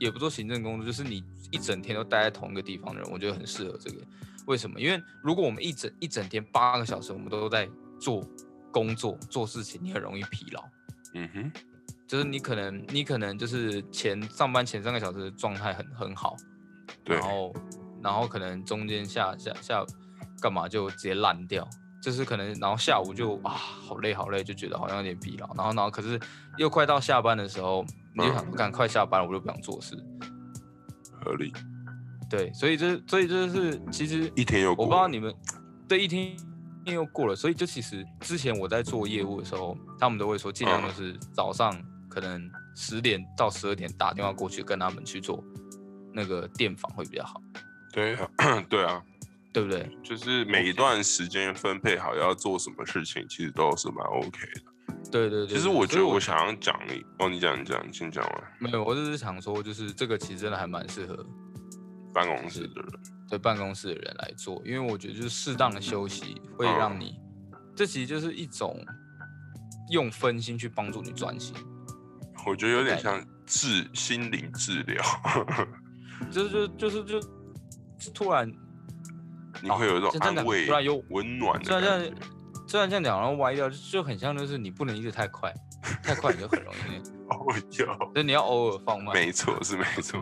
[SPEAKER 2] 也不做行政工作，就是你一整天都待在同一个地方的人，我觉得很适合这个。为什么？因为如果我们一整一整天八个小时，我们都在做工作做事情，你很容易疲劳。
[SPEAKER 3] 嗯哼，
[SPEAKER 2] 就是你可能你可能就是前上班前三个小时状态很很好，
[SPEAKER 3] 对
[SPEAKER 2] 然，后然后可能中间下下下干嘛就直接烂掉，就是可能然后下午就啊好累好累，就觉得好像有点疲劳，然后然后可是又快到下班的时候，你就
[SPEAKER 3] 嗯
[SPEAKER 2] 想说赶快下班了，我就不想做事，
[SPEAKER 3] 合理。
[SPEAKER 2] 对，所以这所以这就是其实
[SPEAKER 3] 一天又过
[SPEAKER 2] 我
[SPEAKER 3] 了，
[SPEAKER 2] 不知道你们对一天又过了，所以就其实之前我在做业务的时候，他们都会说尽量
[SPEAKER 3] 嗯
[SPEAKER 2] 就是早上可能十点到十二点打电话过去跟他们去做那个电访会比较好，
[SPEAKER 3] 对 啊，对啊，
[SPEAKER 2] 对不对？
[SPEAKER 3] 就是每一段时间分配好要做什么事情，其实都是蛮 OK 的。
[SPEAKER 2] 对对对
[SPEAKER 3] 其实
[SPEAKER 2] 对
[SPEAKER 3] 我觉
[SPEAKER 2] 所以
[SPEAKER 3] 得我想要讲你，哦，你讲你讲，你先讲完。
[SPEAKER 2] 没有，我只是想说，就是这个其实真的还蛮适合
[SPEAKER 3] 办公室的人，
[SPEAKER 2] 对办公室的人来做，因为我觉得就是适当的休息会
[SPEAKER 3] 嗯
[SPEAKER 2] 让你，这其实就是一种用分心去帮助你专心。
[SPEAKER 3] 我觉得有点
[SPEAKER 2] 对
[SPEAKER 3] 像治心灵治疗，
[SPEAKER 2] 哦就是就是就就突然，
[SPEAKER 3] 你会有一种
[SPEAKER 2] 这真的
[SPEAKER 3] 安慰
[SPEAKER 2] 突然有、
[SPEAKER 3] 温暖
[SPEAKER 2] 虽
[SPEAKER 3] 的
[SPEAKER 2] 然
[SPEAKER 3] 感
[SPEAKER 2] 这样
[SPEAKER 3] 觉。
[SPEAKER 2] 虽然这样讲，然后歪掉，就就很像就是你不能一直太快，太快你就很容易，
[SPEAKER 3] 哦 哟，
[SPEAKER 2] 所以你要偶尔放慢，
[SPEAKER 3] 没错，是没错，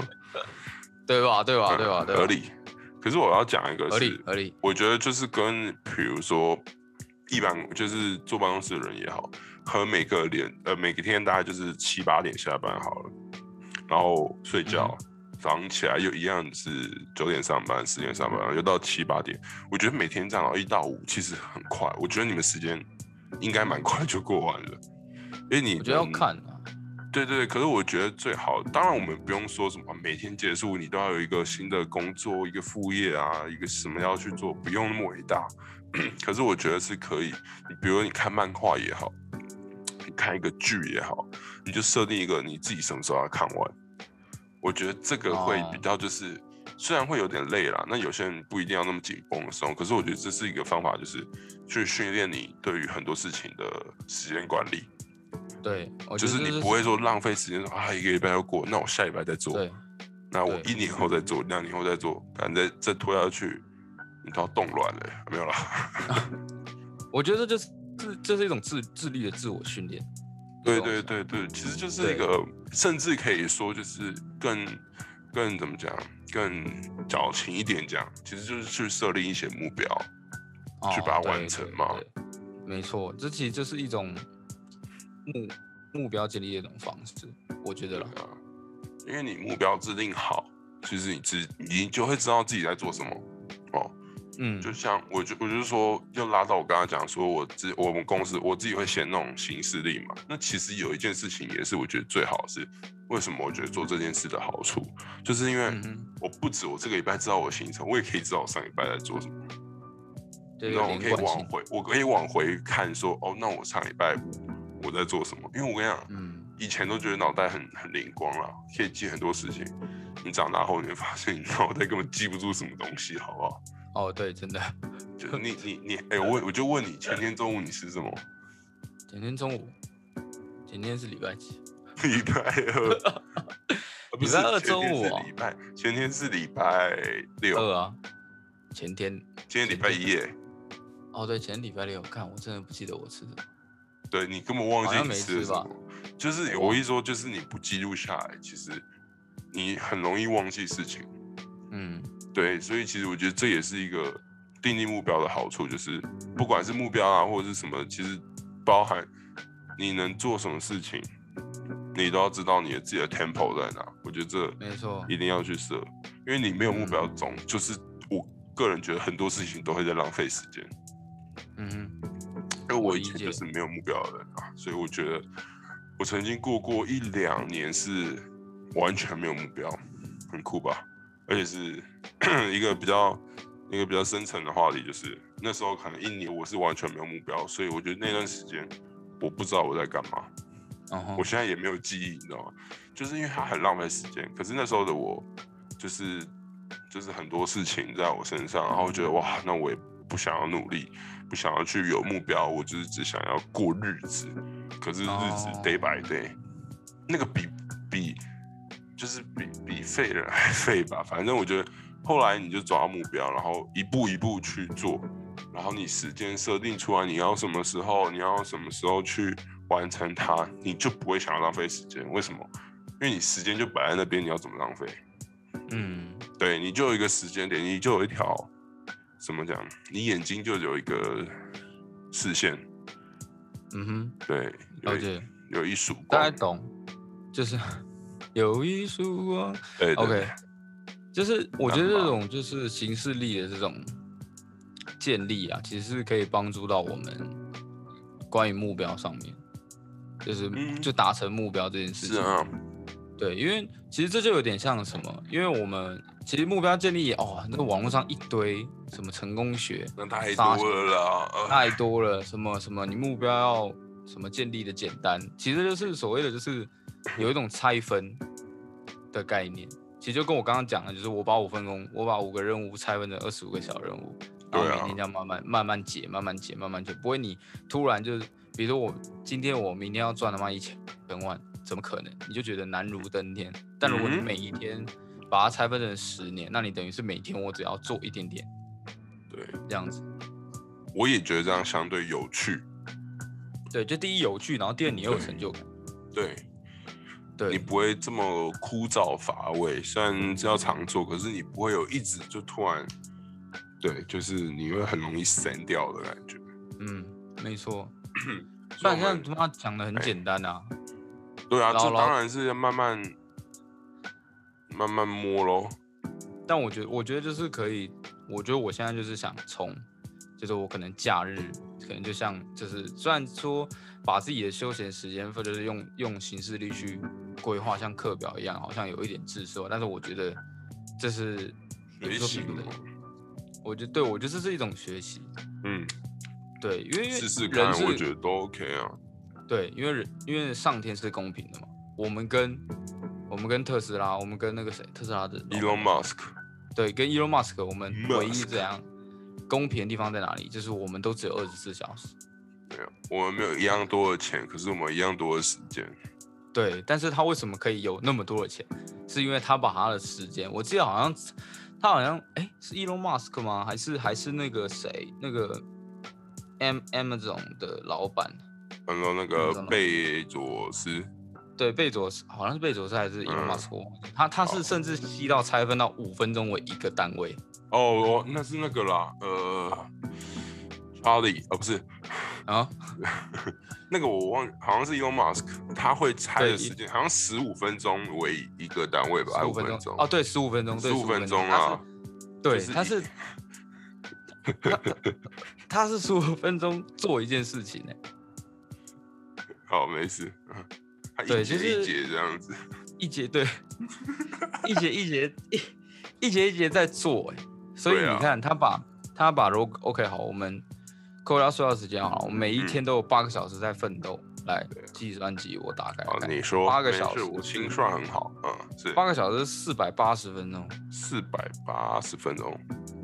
[SPEAKER 2] 对吧？对哦吧？对吧？
[SPEAKER 3] 嗯
[SPEAKER 2] 对吧？啊
[SPEAKER 3] 合理。可是我要讲一个
[SPEAKER 2] 合理
[SPEAKER 3] 是，
[SPEAKER 2] 合理，
[SPEAKER 3] 我觉得就是跟比如说一般就是坐办公室的人也好，和每个连呃每个天大概就是七八点下班好了，然后睡觉，
[SPEAKER 2] 嗯
[SPEAKER 3] 早上起来又一样是九点上班，十点上班，然后又到七八点。我觉得每天这样一到五其实很快，我觉得你们时间应该蛮快就过完了。因为你
[SPEAKER 2] 我觉得要
[SPEAKER 3] 能
[SPEAKER 2] 看啊，
[SPEAKER 3] 对对对，可是我觉得最好，当然我们不用说什么每天结束你都要有一个新的工作、一个副业啊，一个什么要去做，不用那么伟大。 可是我觉得是可以，你比如你看漫画也好，你看一个剧也好，你就设定一个你自己什么时候要看完。我觉得这个会
[SPEAKER 2] 哦
[SPEAKER 3] 比较就是，虽然会有点累啦，那有些人不一定要那么紧绷的时候，可是我觉得这是一个方法，就是去训练你对于很多事情的时间管理。
[SPEAKER 2] 对，我觉
[SPEAKER 3] 就
[SPEAKER 2] 得
[SPEAKER 3] 是
[SPEAKER 2] 这
[SPEAKER 3] 你不会说浪费时间说啊，一个礼拜要过，那我下礼拜再做，
[SPEAKER 2] 对，
[SPEAKER 3] 那我
[SPEAKER 2] 对
[SPEAKER 3] 一年后再做，两年后再做，反正再拖下去，你都要冻卵了，没有 啦。
[SPEAKER 2] 我觉得这就是这这是一种自自律的自我训练。这
[SPEAKER 3] 对
[SPEAKER 2] 种
[SPEAKER 3] 对
[SPEAKER 2] 想
[SPEAKER 3] 对对，其实就是
[SPEAKER 2] 对
[SPEAKER 3] 一个，甚至可以说就是更更怎么讲，更矫情一点讲，其实就是去设定一些目标。去
[SPEAKER 2] 哦
[SPEAKER 3] 把它完
[SPEAKER 2] 对
[SPEAKER 3] 成
[SPEAKER 2] 对
[SPEAKER 3] 嘛
[SPEAKER 2] 对没错，这其实就是一种目目标建立的一种方式，我觉得啦。
[SPEAKER 3] 啊，因为你目标制定好，其实你知你就会知道自己在做什么哦。
[SPEAKER 2] 嗯，
[SPEAKER 3] 就像我就我就是说，又拉到我刚刚讲说，我自我们公司我自己会写那种行事历嘛。那其实有一件事情也是我觉得最好的是，为什么我觉得做这件事的好处，就是因为
[SPEAKER 2] 嗯哼，
[SPEAKER 3] 我不止我这个礼拜知道我的行程，我也可以知道我上礼拜在做什么，
[SPEAKER 2] 对，
[SPEAKER 3] 那
[SPEAKER 2] 有
[SPEAKER 3] 我可以
[SPEAKER 2] 连贯
[SPEAKER 3] 往
[SPEAKER 2] 性。
[SPEAKER 3] 回，我可以往回看说，哦，那我上礼拜五我在做什么？因为我跟你讲，
[SPEAKER 2] 嗯，
[SPEAKER 3] 以前都觉得脑袋很很灵光啦，可以记很多事情。你长大后，你会发现你脑袋根本记不住什么东西，好不好？
[SPEAKER 2] 哦，对，真的。
[SPEAKER 3] 就你你 你，哎、我问我就问你，前天中午你吃什么？
[SPEAKER 2] 今天中午，今天是礼拜几？
[SPEAKER 3] 礼拜 二，啊不是
[SPEAKER 2] 礼拜二
[SPEAKER 3] 前天
[SPEAKER 2] 中午
[SPEAKER 3] 是
[SPEAKER 2] 哦
[SPEAKER 3] 礼拜，前天是礼拜六，
[SPEAKER 2] 二啊，前天。
[SPEAKER 3] 今天礼拜一耶。
[SPEAKER 2] 哦，对，前天礼拜六，看我真的不记得我吃的。
[SPEAKER 3] 对你根本忘
[SPEAKER 2] 好
[SPEAKER 3] 记
[SPEAKER 2] 像
[SPEAKER 3] 你
[SPEAKER 2] 没
[SPEAKER 3] 吃了
[SPEAKER 2] 吃
[SPEAKER 3] 什
[SPEAKER 2] 吧
[SPEAKER 3] 么，就是我一说，就是你不记录下来，其实你很容易忘记事情。
[SPEAKER 2] 嗯，
[SPEAKER 3] 对，所以其实我觉得这也是一个定定目标的好处，就是不管是目标啊，或者是什么，其实包含你能做什么事情，你都要知道你的自己的 tempo 在哪。我觉得这
[SPEAKER 2] 没错。
[SPEAKER 3] 一定要去设，因为你没有目标
[SPEAKER 2] 嗯
[SPEAKER 3] 总就是我个人觉得很多事情都会在浪费时间。
[SPEAKER 2] 嗯哼，
[SPEAKER 3] 因为我
[SPEAKER 2] 我
[SPEAKER 3] 以
[SPEAKER 2] 理
[SPEAKER 3] 前
[SPEAKER 2] 解
[SPEAKER 3] 就是没有目标的人啊，所以我觉得我曾经过过一两年是完全没有目标，很酷吧？而且是一个比较一个比较深层的话题，就是那时候可能一年我是完全没有目标，所以我觉得那段时间我不知道我在干嘛，
[SPEAKER 2] 然后
[SPEAKER 3] 我现在也没有记忆，你知道吗？就是因为它很浪费时间。可是那时候的我，就是就是很多事情在我身上，然后我觉得哇，那我也不想要努力，不想要去有目标，我就是只想要过日子。可是日子
[SPEAKER 2] 哦
[SPEAKER 3] day by day，、那个比比就是比比废人还 废吧。反正我觉得后来你就找到目标，然后一步一步去做，然后你时间设定出来，你要什么时候，你要什么时候去完成它，你就不会想要浪费时间。为什么？因为你时间就摆在那边，你要怎么浪费？
[SPEAKER 2] 嗯，
[SPEAKER 3] 对，你就有一个时间点，你就有一条怎么讲？你眼睛就有一个视线，
[SPEAKER 2] 嗯
[SPEAKER 3] 对，
[SPEAKER 2] 哼，了
[SPEAKER 3] 有一
[SPEAKER 2] 解，
[SPEAKER 3] 有一束
[SPEAKER 2] 大概，
[SPEAKER 3] 光
[SPEAKER 2] 懂，就是 有一束光。
[SPEAKER 3] 对对
[SPEAKER 2] OK，就是我觉得
[SPEAKER 3] 干嘛
[SPEAKER 2] 这种就是形式力的这种建立啊，其实是可以帮助到我们关于目标上面，就是、
[SPEAKER 3] 嗯
[SPEAKER 2] 就达成目标这件事情。
[SPEAKER 3] 是啊，
[SPEAKER 2] 对，因为其实这就有点像什么，因为我们其实目标建立哦，那个网络上一堆什么成功学
[SPEAKER 3] 那太
[SPEAKER 2] 杀
[SPEAKER 3] 多了啦，呃
[SPEAKER 2] 太多了，什么什么你目标要什么建立的简单，其实就是所谓的就是有一种拆分的概念。其实就跟我刚刚讲的，就是我把五分工，我把五个任务拆分成二十五个小任务，然后
[SPEAKER 3] 对啊
[SPEAKER 2] 每天这样慢慢、慢慢解，慢慢解，慢慢解，不会你突然就是，比如说我今天我明天要赚他妈一千万，怎么可能？你就觉得难如登天。但如果你
[SPEAKER 3] 嗯哼
[SPEAKER 2] 每一天把它拆分成十年，那你等于是每天我只要做一点点
[SPEAKER 3] 嗯对，
[SPEAKER 2] 这样子。
[SPEAKER 3] 我也觉得这样相对有趣。
[SPEAKER 2] 对，就第一有趣，然后第二你又有成就感。
[SPEAKER 3] 对你
[SPEAKER 2] 对，
[SPEAKER 3] 不会这么枯燥乏味，虽然要常做，可是你不会有一直就突然，对，就是你会很容易散掉的感觉。
[SPEAKER 2] 嗯，没 错。
[SPEAKER 3] 所以
[SPEAKER 2] 但
[SPEAKER 3] 我
[SPEAKER 2] 像
[SPEAKER 3] 们哎
[SPEAKER 2] 他妈讲的很简单啊，
[SPEAKER 3] 对啊，
[SPEAKER 2] 老
[SPEAKER 3] 这
[SPEAKER 2] 老
[SPEAKER 3] 当然是要慢慢慢慢摸咯。
[SPEAKER 2] 但我觉得，我觉得就是可以，我觉得我现在就是想从就是我可能假日可能就像就是虽然说把自己的休闲时间，或者是用用行事历去规划，像课表一样，好像有一点滞涩，但是我觉得这是也不
[SPEAKER 3] 学
[SPEAKER 2] 是说
[SPEAKER 3] 习
[SPEAKER 2] 不
[SPEAKER 3] 嘛
[SPEAKER 2] 对，我觉得对我觉得这是一种学习，
[SPEAKER 3] 嗯，
[SPEAKER 2] 对，因为因为
[SPEAKER 3] 试试看
[SPEAKER 2] 人，是
[SPEAKER 3] 我觉得都 OK 啊。
[SPEAKER 2] 对，因为人因为上天是公平的嘛，我们跟我们跟特斯拉，我们跟那个谁，特斯拉的老板
[SPEAKER 3] Elon Musk，
[SPEAKER 2] 对，跟 Elon Musk 我们
[SPEAKER 3] Musk
[SPEAKER 2] 唯一这样公平的地方在哪里？就是我们都只有二十四小时。
[SPEAKER 3] 啊我们没有一样多的钱，可是我们一样多的时间。
[SPEAKER 2] 对，但是他为什么可以有那么多的钱？是因为他把他的时间，我记得好像他好像哎是 Elon Musk 吗？还是还是那个谁那个 M Amazon 的老板？
[SPEAKER 3] 然后那
[SPEAKER 2] 那
[SPEAKER 3] 个
[SPEAKER 2] 种
[SPEAKER 3] 贝佐斯，
[SPEAKER 2] 对，贝佐斯好像是贝佐斯还是 Elon
[SPEAKER 3] 嗯哦
[SPEAKER 2] Musk，、我忘记他他
[SPEAKER 3] 好
[SPEAKER 2] 是甚至细到拆分到五分钟为一个单位。
[SPEAKER 3] 哦，哦，那是那个啦，呃，Charlie，哦，不是，
[SPEAKER 2] 啊，
[SPEAKER 3] 那个我忘，好像是 Elon Musk，他会拆的
[SPEAKER 2] 对
[SPEAKER 3] 时间，好像十五分钟为一个单位吧，还
[SPEAKER 2] 十
[SPEAKER 3] 是
[SPEAKER 2] 五
[SPEAKER 3] 五
[SPEAKER 2] 分
[SPEAKER 3] 分
[SPEAKER 2] 钟哦，对，十五分钟，对，
[SPEAKER 3] 15
[SPEAKER 2] 15
[SPEAKER 3] 分钟
[SPEAKER 2] 它是
[SPEAKER 3] 啊
[SPEAKER 2] 对，
[SPEAKER 3] 就是
[SPEAKER 2] 他
[SPEAKER 3] 一
[SPEAKER 2] 是他他他是十五分钟做一件事情呢、欸
[SPEAKER 3] 好，没事， 嗯他一
[SPEAKER 2] 对
[SPEAKER 3] 节
[SPEAKER 2] 就
[SPEAKER 3] 一
[SPEAKER 2] 是
[SPEAKER 3] 节这样子，
[SPEAKER 2] 一节 对，一节一节一一节一节在做哎、所以
[SPEAKER 3] 对啊
[SPEAKER 2] 你看、他把他把如果 OK 好，我们扣掉睡觉时间好了，我们每一
[SPEAKER 3] 嗯
[SPEAKER 2] 天都有八个小时在奋斗。来
[SPEAKER 3] 对啊，
[SPEAKER 2] 计算机我打开
[SPEAKER 3] 好，
[SPEAKER 2] 看，
[SPEAKER 3] 哦你说，
[SPEAKER 2] 八个
[SPEAKER 3] 没
[SPEAKER 2] 小
[SPEAKER 3] 事
[SPEAKER 2] 时
[SPEAKER 3] 我
[SPEAKER 2] 是
[SPEAKER 3] 心算很好，嗯，是
[SPEAKER 2] 八个小时四百八十分钟，
[SPEAKER 3] 四百八十分钟，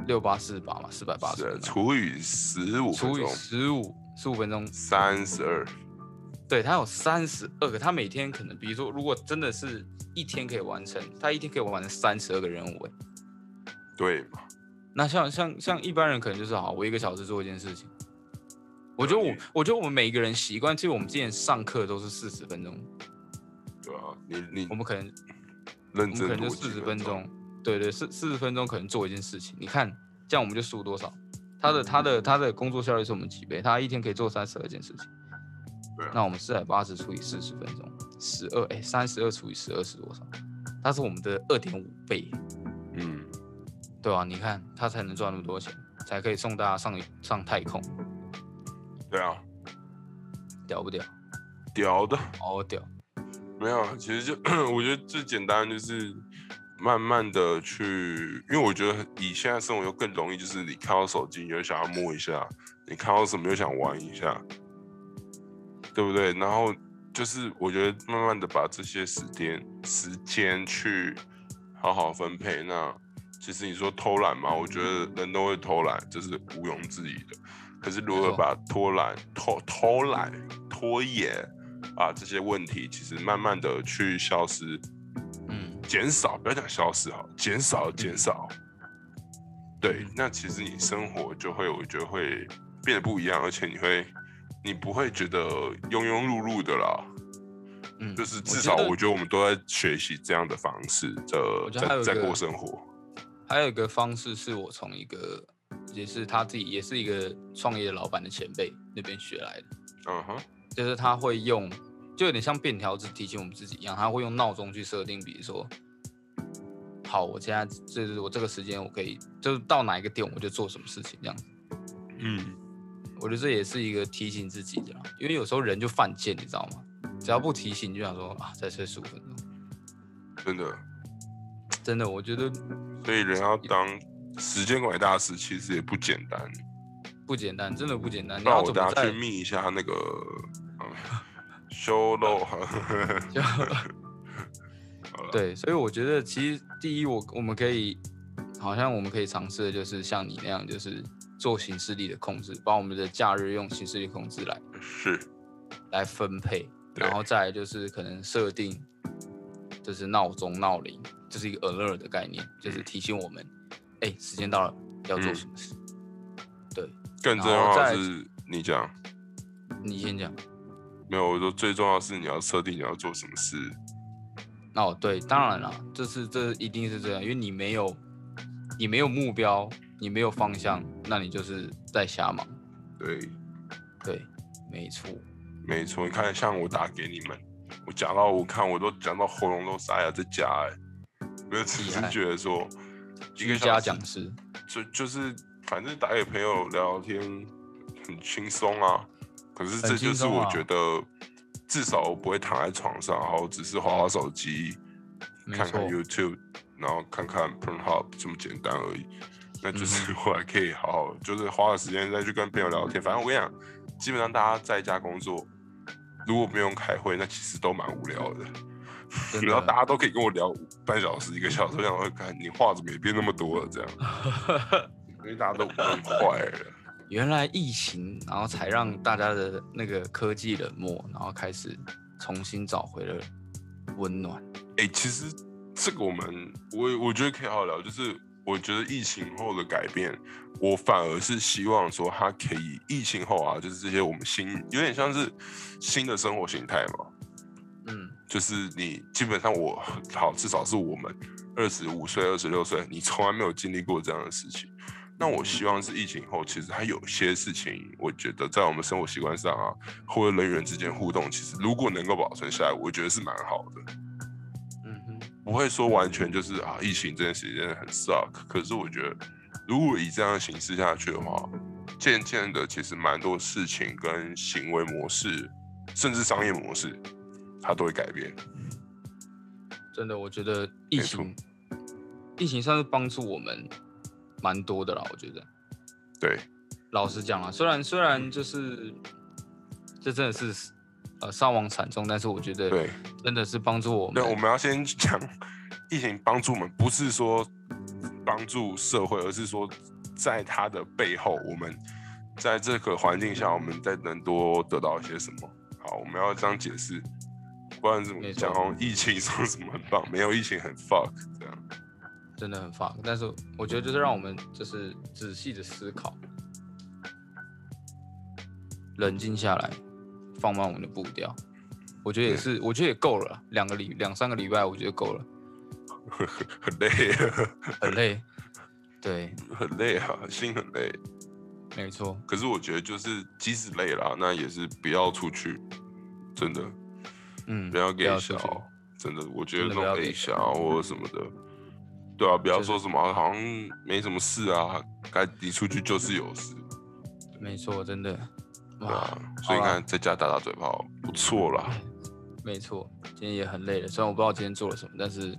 [SPEAKER 2] 六八四八嘛，四百八十
[SPEAKER 3] 是啊
[SPEAKER 2] 分钟
[SPEAKER 3] 除以十五分
[SPEAKER 2] 除以
[SPEAKER 3] 钟，
[SPEAKER 2] 十五十五分钟
[SPEAKER 3] 三十二，
[SPEAKER 2] 对他有三十二个，他每天可能，比如说，如果真的是一天可以完成，他一天可以完成三十二个任务欸。
[SPEAKER 3] 对嘛？
[SPEAKER 2] 那像像像一般人可能就是好，我一个小时做一件事情。我觉得我
[SPEAKER 3] 了解
[SPEAKER 2] 我觉得我们每一个人习惯，其实我们之前上课都是四十分钟，
[SPEAKER 3] 对啊，你你
[SPEAKER 2] 我们可能我
[SPEAKER 3] 认
[SPEAKER 2] 们可
[SPEAKER 3] 真
[SPEAKER 2] 能
[SPEAKER 3] 读
[SPEAKER 2] 就四
[SPEAKER 3] 几
[SPEAKER 2] 十分，钟，对对，四四十分钟可能做一件事情。你看这样我们就输多少？他
[SPEAKER 3] 嗯
[SPEAKER 2] 的他的他的工作效率是我们几倍？他一天可以做三十二件事情
[SPEAKER 3] 对啊。
[SPEAKER 2] 那我们四百八十除以四十分钟，十二哎，三十二除以十二是多少？它是我们的二点五倍，
[SPEAKER 3] 嗯，
[SPEAKER 2] 对吧、你看他才能赚那么多钱，才可以送大家上上太空，
[SPEAKER 3] 对啊，
[SPEAKER 2] 屌不屌？
[SPEAKER 3] 屌的。
[SPEAKER 2] 好屌！
[SPEAKER 3] 没有，啊其实就 我觉得最简单就是慢慢的去，因为我觉得以现在生活又更容易，就是你看到手机你就想要摸一下，你看到什么又想玩一下，对不对？然后就是我觉得慢慢的把这些时间时间去好好分配。那其实你说偷懒嘛，我觉得人都会偷懒，这是毋庸置疑的。可是如
[SPEAKER 2] 没
[SPEAKER 3] 何
[SPEAKER 2] 错
[SPEAKER 3] 把偷懒、偷偷懒、拖延啊这些问题，其实慢慢的去消失、
[SPEAKER 2] 嗯，
[SPEAKER 3] 减少，不要讲消失好，减少、减少。对，那其实你生活就会，我觉得会变得不一样，而且你会，你不会觉得庸庸碌碌的啦。
[SPEAKER 2] 嗯
[SPEAKER 3] 就是至少
[SPEAKER 2] 觉得
[SPEAKER 3] 我觉得我们都在学习这样的方式的
[SPEAKER 2] 我觉得还有
[SPEAKER 3] 在
[SPEAKER 2] 一
[SPEAKER 3] 在
[SPEAKER 2] 个
[SPEAKER 3] 过生活。
[SPEAKER 2] 还有一个方式是我从一个也是他自己也是一个创业的老板的前辈那边学来的，
[SPEAKER 3] 嗯哼，
[SPEAKER 2] 就是他会用，就有点像便条纸提醒我们自己一样，他会用闹钟去设定，比如说，好，我现在就是我这个时间我可以就是到哪一个点我就做什么事情这样。
[SPEAKER 3] 嗯，
[SPEAKER 2] 我觉得这也是一个提醒自己的啦，因为有时候人就犯贱，你知道吗？只要不提醒，就想说啊，再睡十五分钟。嗯
[SPEAKER 3] 真的，
[SPEAKER 2] 真的，我觉得
[SPEAKER 3] 所以人要当时间管理大师，其实也不简单。
[SPEAKER 2] 不简单，真的不简单。你
[SPEAKER 3] 那
[SPEAKER 2] 要
[SPEAKER 3] 我
[SPEAKER 2] 怎
[SPEAKER 3] 大
[SPEAKER 2] 么
[SPEAKER 3] 家
[SPEAKER 2] 在
[SPEAKER 3] 去密一下那个，嗯， 修漏。
[SPEAKER 2] 就
[SPEAKER 3] 好了
[SPEAKER 2] 对，所以我觉得其实第一，我我们可以，好像我们可以尝试的就是像你那样，就是做行事力的控制，把我们的假日用行事力控制来
[SPEAKER 3] 是，
[SPEAKER 2] 来分配，
[SPEAKER 3] 对
[SPEAKER 2] 然后再来就是可能设定，就是闹钟闹铃，就是一个 alert 的概念，就是提醒我们，哎、时间到了，要做
[SPEAKER 3] 嗯
[SPEAKER 2] 什么事。
[SPEAKER 3] 更
[SPEAKER 2] 然
[SPEAKER 3] 重要
[SPEAKER 2] 后
[SPEAKER 3] 的
[SPEAKER 2] 再
[SPEAKER 3] 是你讲，嗯
[SPEAKER 2] 你先讲。
[SPEAKER 3] 没有，我说最重要的是你要设定你要做什么事。
[SPEAKER 2] 哦，对，当然了，这是这一定是这样，因为你没有你没有目标，你没有方向，那你就是在瞎忙。
[SPEAKER 3] 对，
[SPEAKER 2] 对，没错。
[SPEAKER 3] 没错，你看，像我打给你们，我讲到我看我都讲到喉咙都沙哑，在家哎、没有，只
[SPEAKER 2] 厉
[SPEAKER 3] 是
[SPEAKER 2] 害
[SPEAKER 3] 觉得说，一
[SPEAKER 2] 居
[SPEAKER 3] 个
[SPEAKER 2] 家
[SPEAKER 3] 小时
[SPEAKER 2] 讲师，
[SPEAKER 3] 就就是反正打给朋友聊聊天很轻松啊。可是这
[SPEAKER 2] 很
[SPEAKER 3] 就
[SPEAKER 2] 轻
[SPEAKER 3] 是
[SPEAKER 2] 松啊
[SPEAKER 3] 我觉得，至少我不会躺在床上，然后只是划划手机，
[SPEAKER 2] 没
[SPEAKER 3] 看看
[SPEAKER 2] 错
[SPEAKER 3] YouTube，然后看看 Pornhub 这么简单而已。
[SPEAKER 2] 嗯
[SPEAKER 3] 那就是我还可以好好，就是花了时间再去跟朋友聊天。反正我跟你讲，基本上大家在家工作，如果不用开会，那其实都蛮无聊的。
[SPEAKER 2] 真
[SPEAKER 3] 然后大
[SPEAKER 2] 的。
[SPEAKER 3] 家都可以跟我聊半小时、一个小时，我想说，看你话怎么也变那么多了这 样，因为大家都很坏了。
[SPEAKER 2] 原来疫情，然后才让大家的那个科技冷漠，然后开始重新找回了温暖。
[SPEAKER 3] 哎、其实这个我们，我我觉得可以好好聊。就是我觉得疫情后的改变，我反而是希望说，它可以疫情后啊，就是这些我们新有点像是新的生活形态嘛。
[SPEAKER 2] 嗯，
[SPEAKER 3] 就是你基本上我好，至少是我们二十五岁、二十六岁，你从来没有经历过这样的事情。那我希望是疫情后，其实它有些事情，我觉得在我们生活习惯上啊，或者人与人之间互动，其实如果能够保存下来，我觉得是蛮好的。
[SPEAKER 2] 嗯哼，
[SPEAKER 3] 不会说完全就是啊，疫情这件事情真的很 suck。可是我觉得，如果以这样的形式下去的话，渐渐的，其实蛮多事情跟行为模式，甚至商业模式，它都会改变。
[SPEAKER 2] 真的，我觉得疫情，疫情算是帮助我们蛮多的啦。我觉得，
[SPEAKER 3] 对，
[SPEAKER 2] 老实讲啊，虽然虽然就是这真的是呃伤亡惨重，但是我觉得
[SPEAKER 3] 对。
[SPEAKER 2] 真的是帮助我
[SPEAKER 3] 对，
[SPEAKER 2] 们。
[SPEAKER 3] 我们要先讲疫情帮助我们，不是说帮助社会，而是说在它的背后，我们在这个环境下，我们再能多得到一些什么。好，我们要这样解释，不然怎么
[SPEAKER 2] 没错
[SPEAKER 3] 讲？哦，疫情说什么很棒，没有疫情很 fuck 这样。
[SPEAKER 2] 真的很 fuck，但是我觉得就是让我们就是仔细的思考，冷静下来，放慢我们的步调。我觉得也是，我觉得也够了啦，两个礼两三个礼拜，我觉得够了，
[SPEAKER 3] 很累，啊
[SPEAKER 2] 很累。对，
[SPEAKER 3] 很累啊，心很累。
[SPEAKER 2] 没错，
[SPEAKER 3] 可是我觉得，就是即使累了啊，那也是不要出去，真的。
[SPEAKER 2] 嗯，
[SPEAKER 3] 不要给
[SPEAKER 2] 出
[SPEAKER 3] 小
[SPEAKER 2] 去，
[SPEAKER 3] 真的，我觉
[SPEAKER 2] 真
[SPEAKER 3] 得那
[SPEAKER 2] 的不要给
[SPEAKER 3] 种
[SPEAKER 2] 嗯
[SPEAKER 3] 给小或者什么的，对啊，不要
[SPEAKER 2] 就是
[SPEAKER 3] 说什么好像没什么事啊，该你出去就是有事，
[SPEAKER 2] 没错，真的，
[SPEAKER 3] 对
[SPEAKER 2] 哇
[SPEAKER 3] 啊，，所以你
[SPEAKER 2] 好啦
[SPEAKER 3] 看在家打打嘴炮不错啦，
[SPEAKER 2] 没错，今天也很累了。虽然我不知道今天做了什么，但是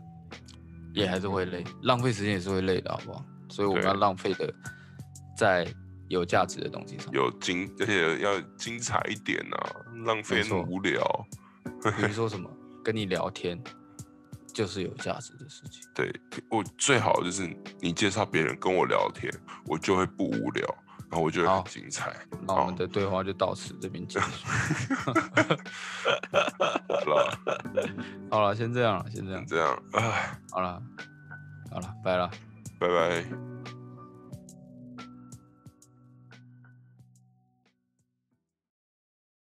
[SPEAKER 2] 也还是会累，浪费时间也是会累的，好不好？所以我们
[SPEAKER 3] 对
[SPEAKER 2] 要浪费的在有价值的东西上，
[SPEAKER 3] 有精而且要精彩一点啊，浪费
[SPEAKER 2] 没
[SPEAKER 3] 那
[SPEAKER 2] 错
[SPEAKER 3] 么无聊，
[SPEAKER 2] 比如说什么跟你聊天，就是有价值的事情。
[SPEAKER 3] 对我最好就是你介绍别人跟我聊天，我就会不无聊，然后我就会
[SPEAKER 2] 好
[SPEAKER 3] 很精彩。
[SPEAKER 2] 那我们的对话就到此这边结束。
[SPEAKER 3] 好 了，
[SPEAKER 2] 好了，先这样了，先这样，
[SPEAKER 3] 这样，唉，
[SPEAKER 2] 好了，好了，拜了。
[SPEAKER 3] 拜拜。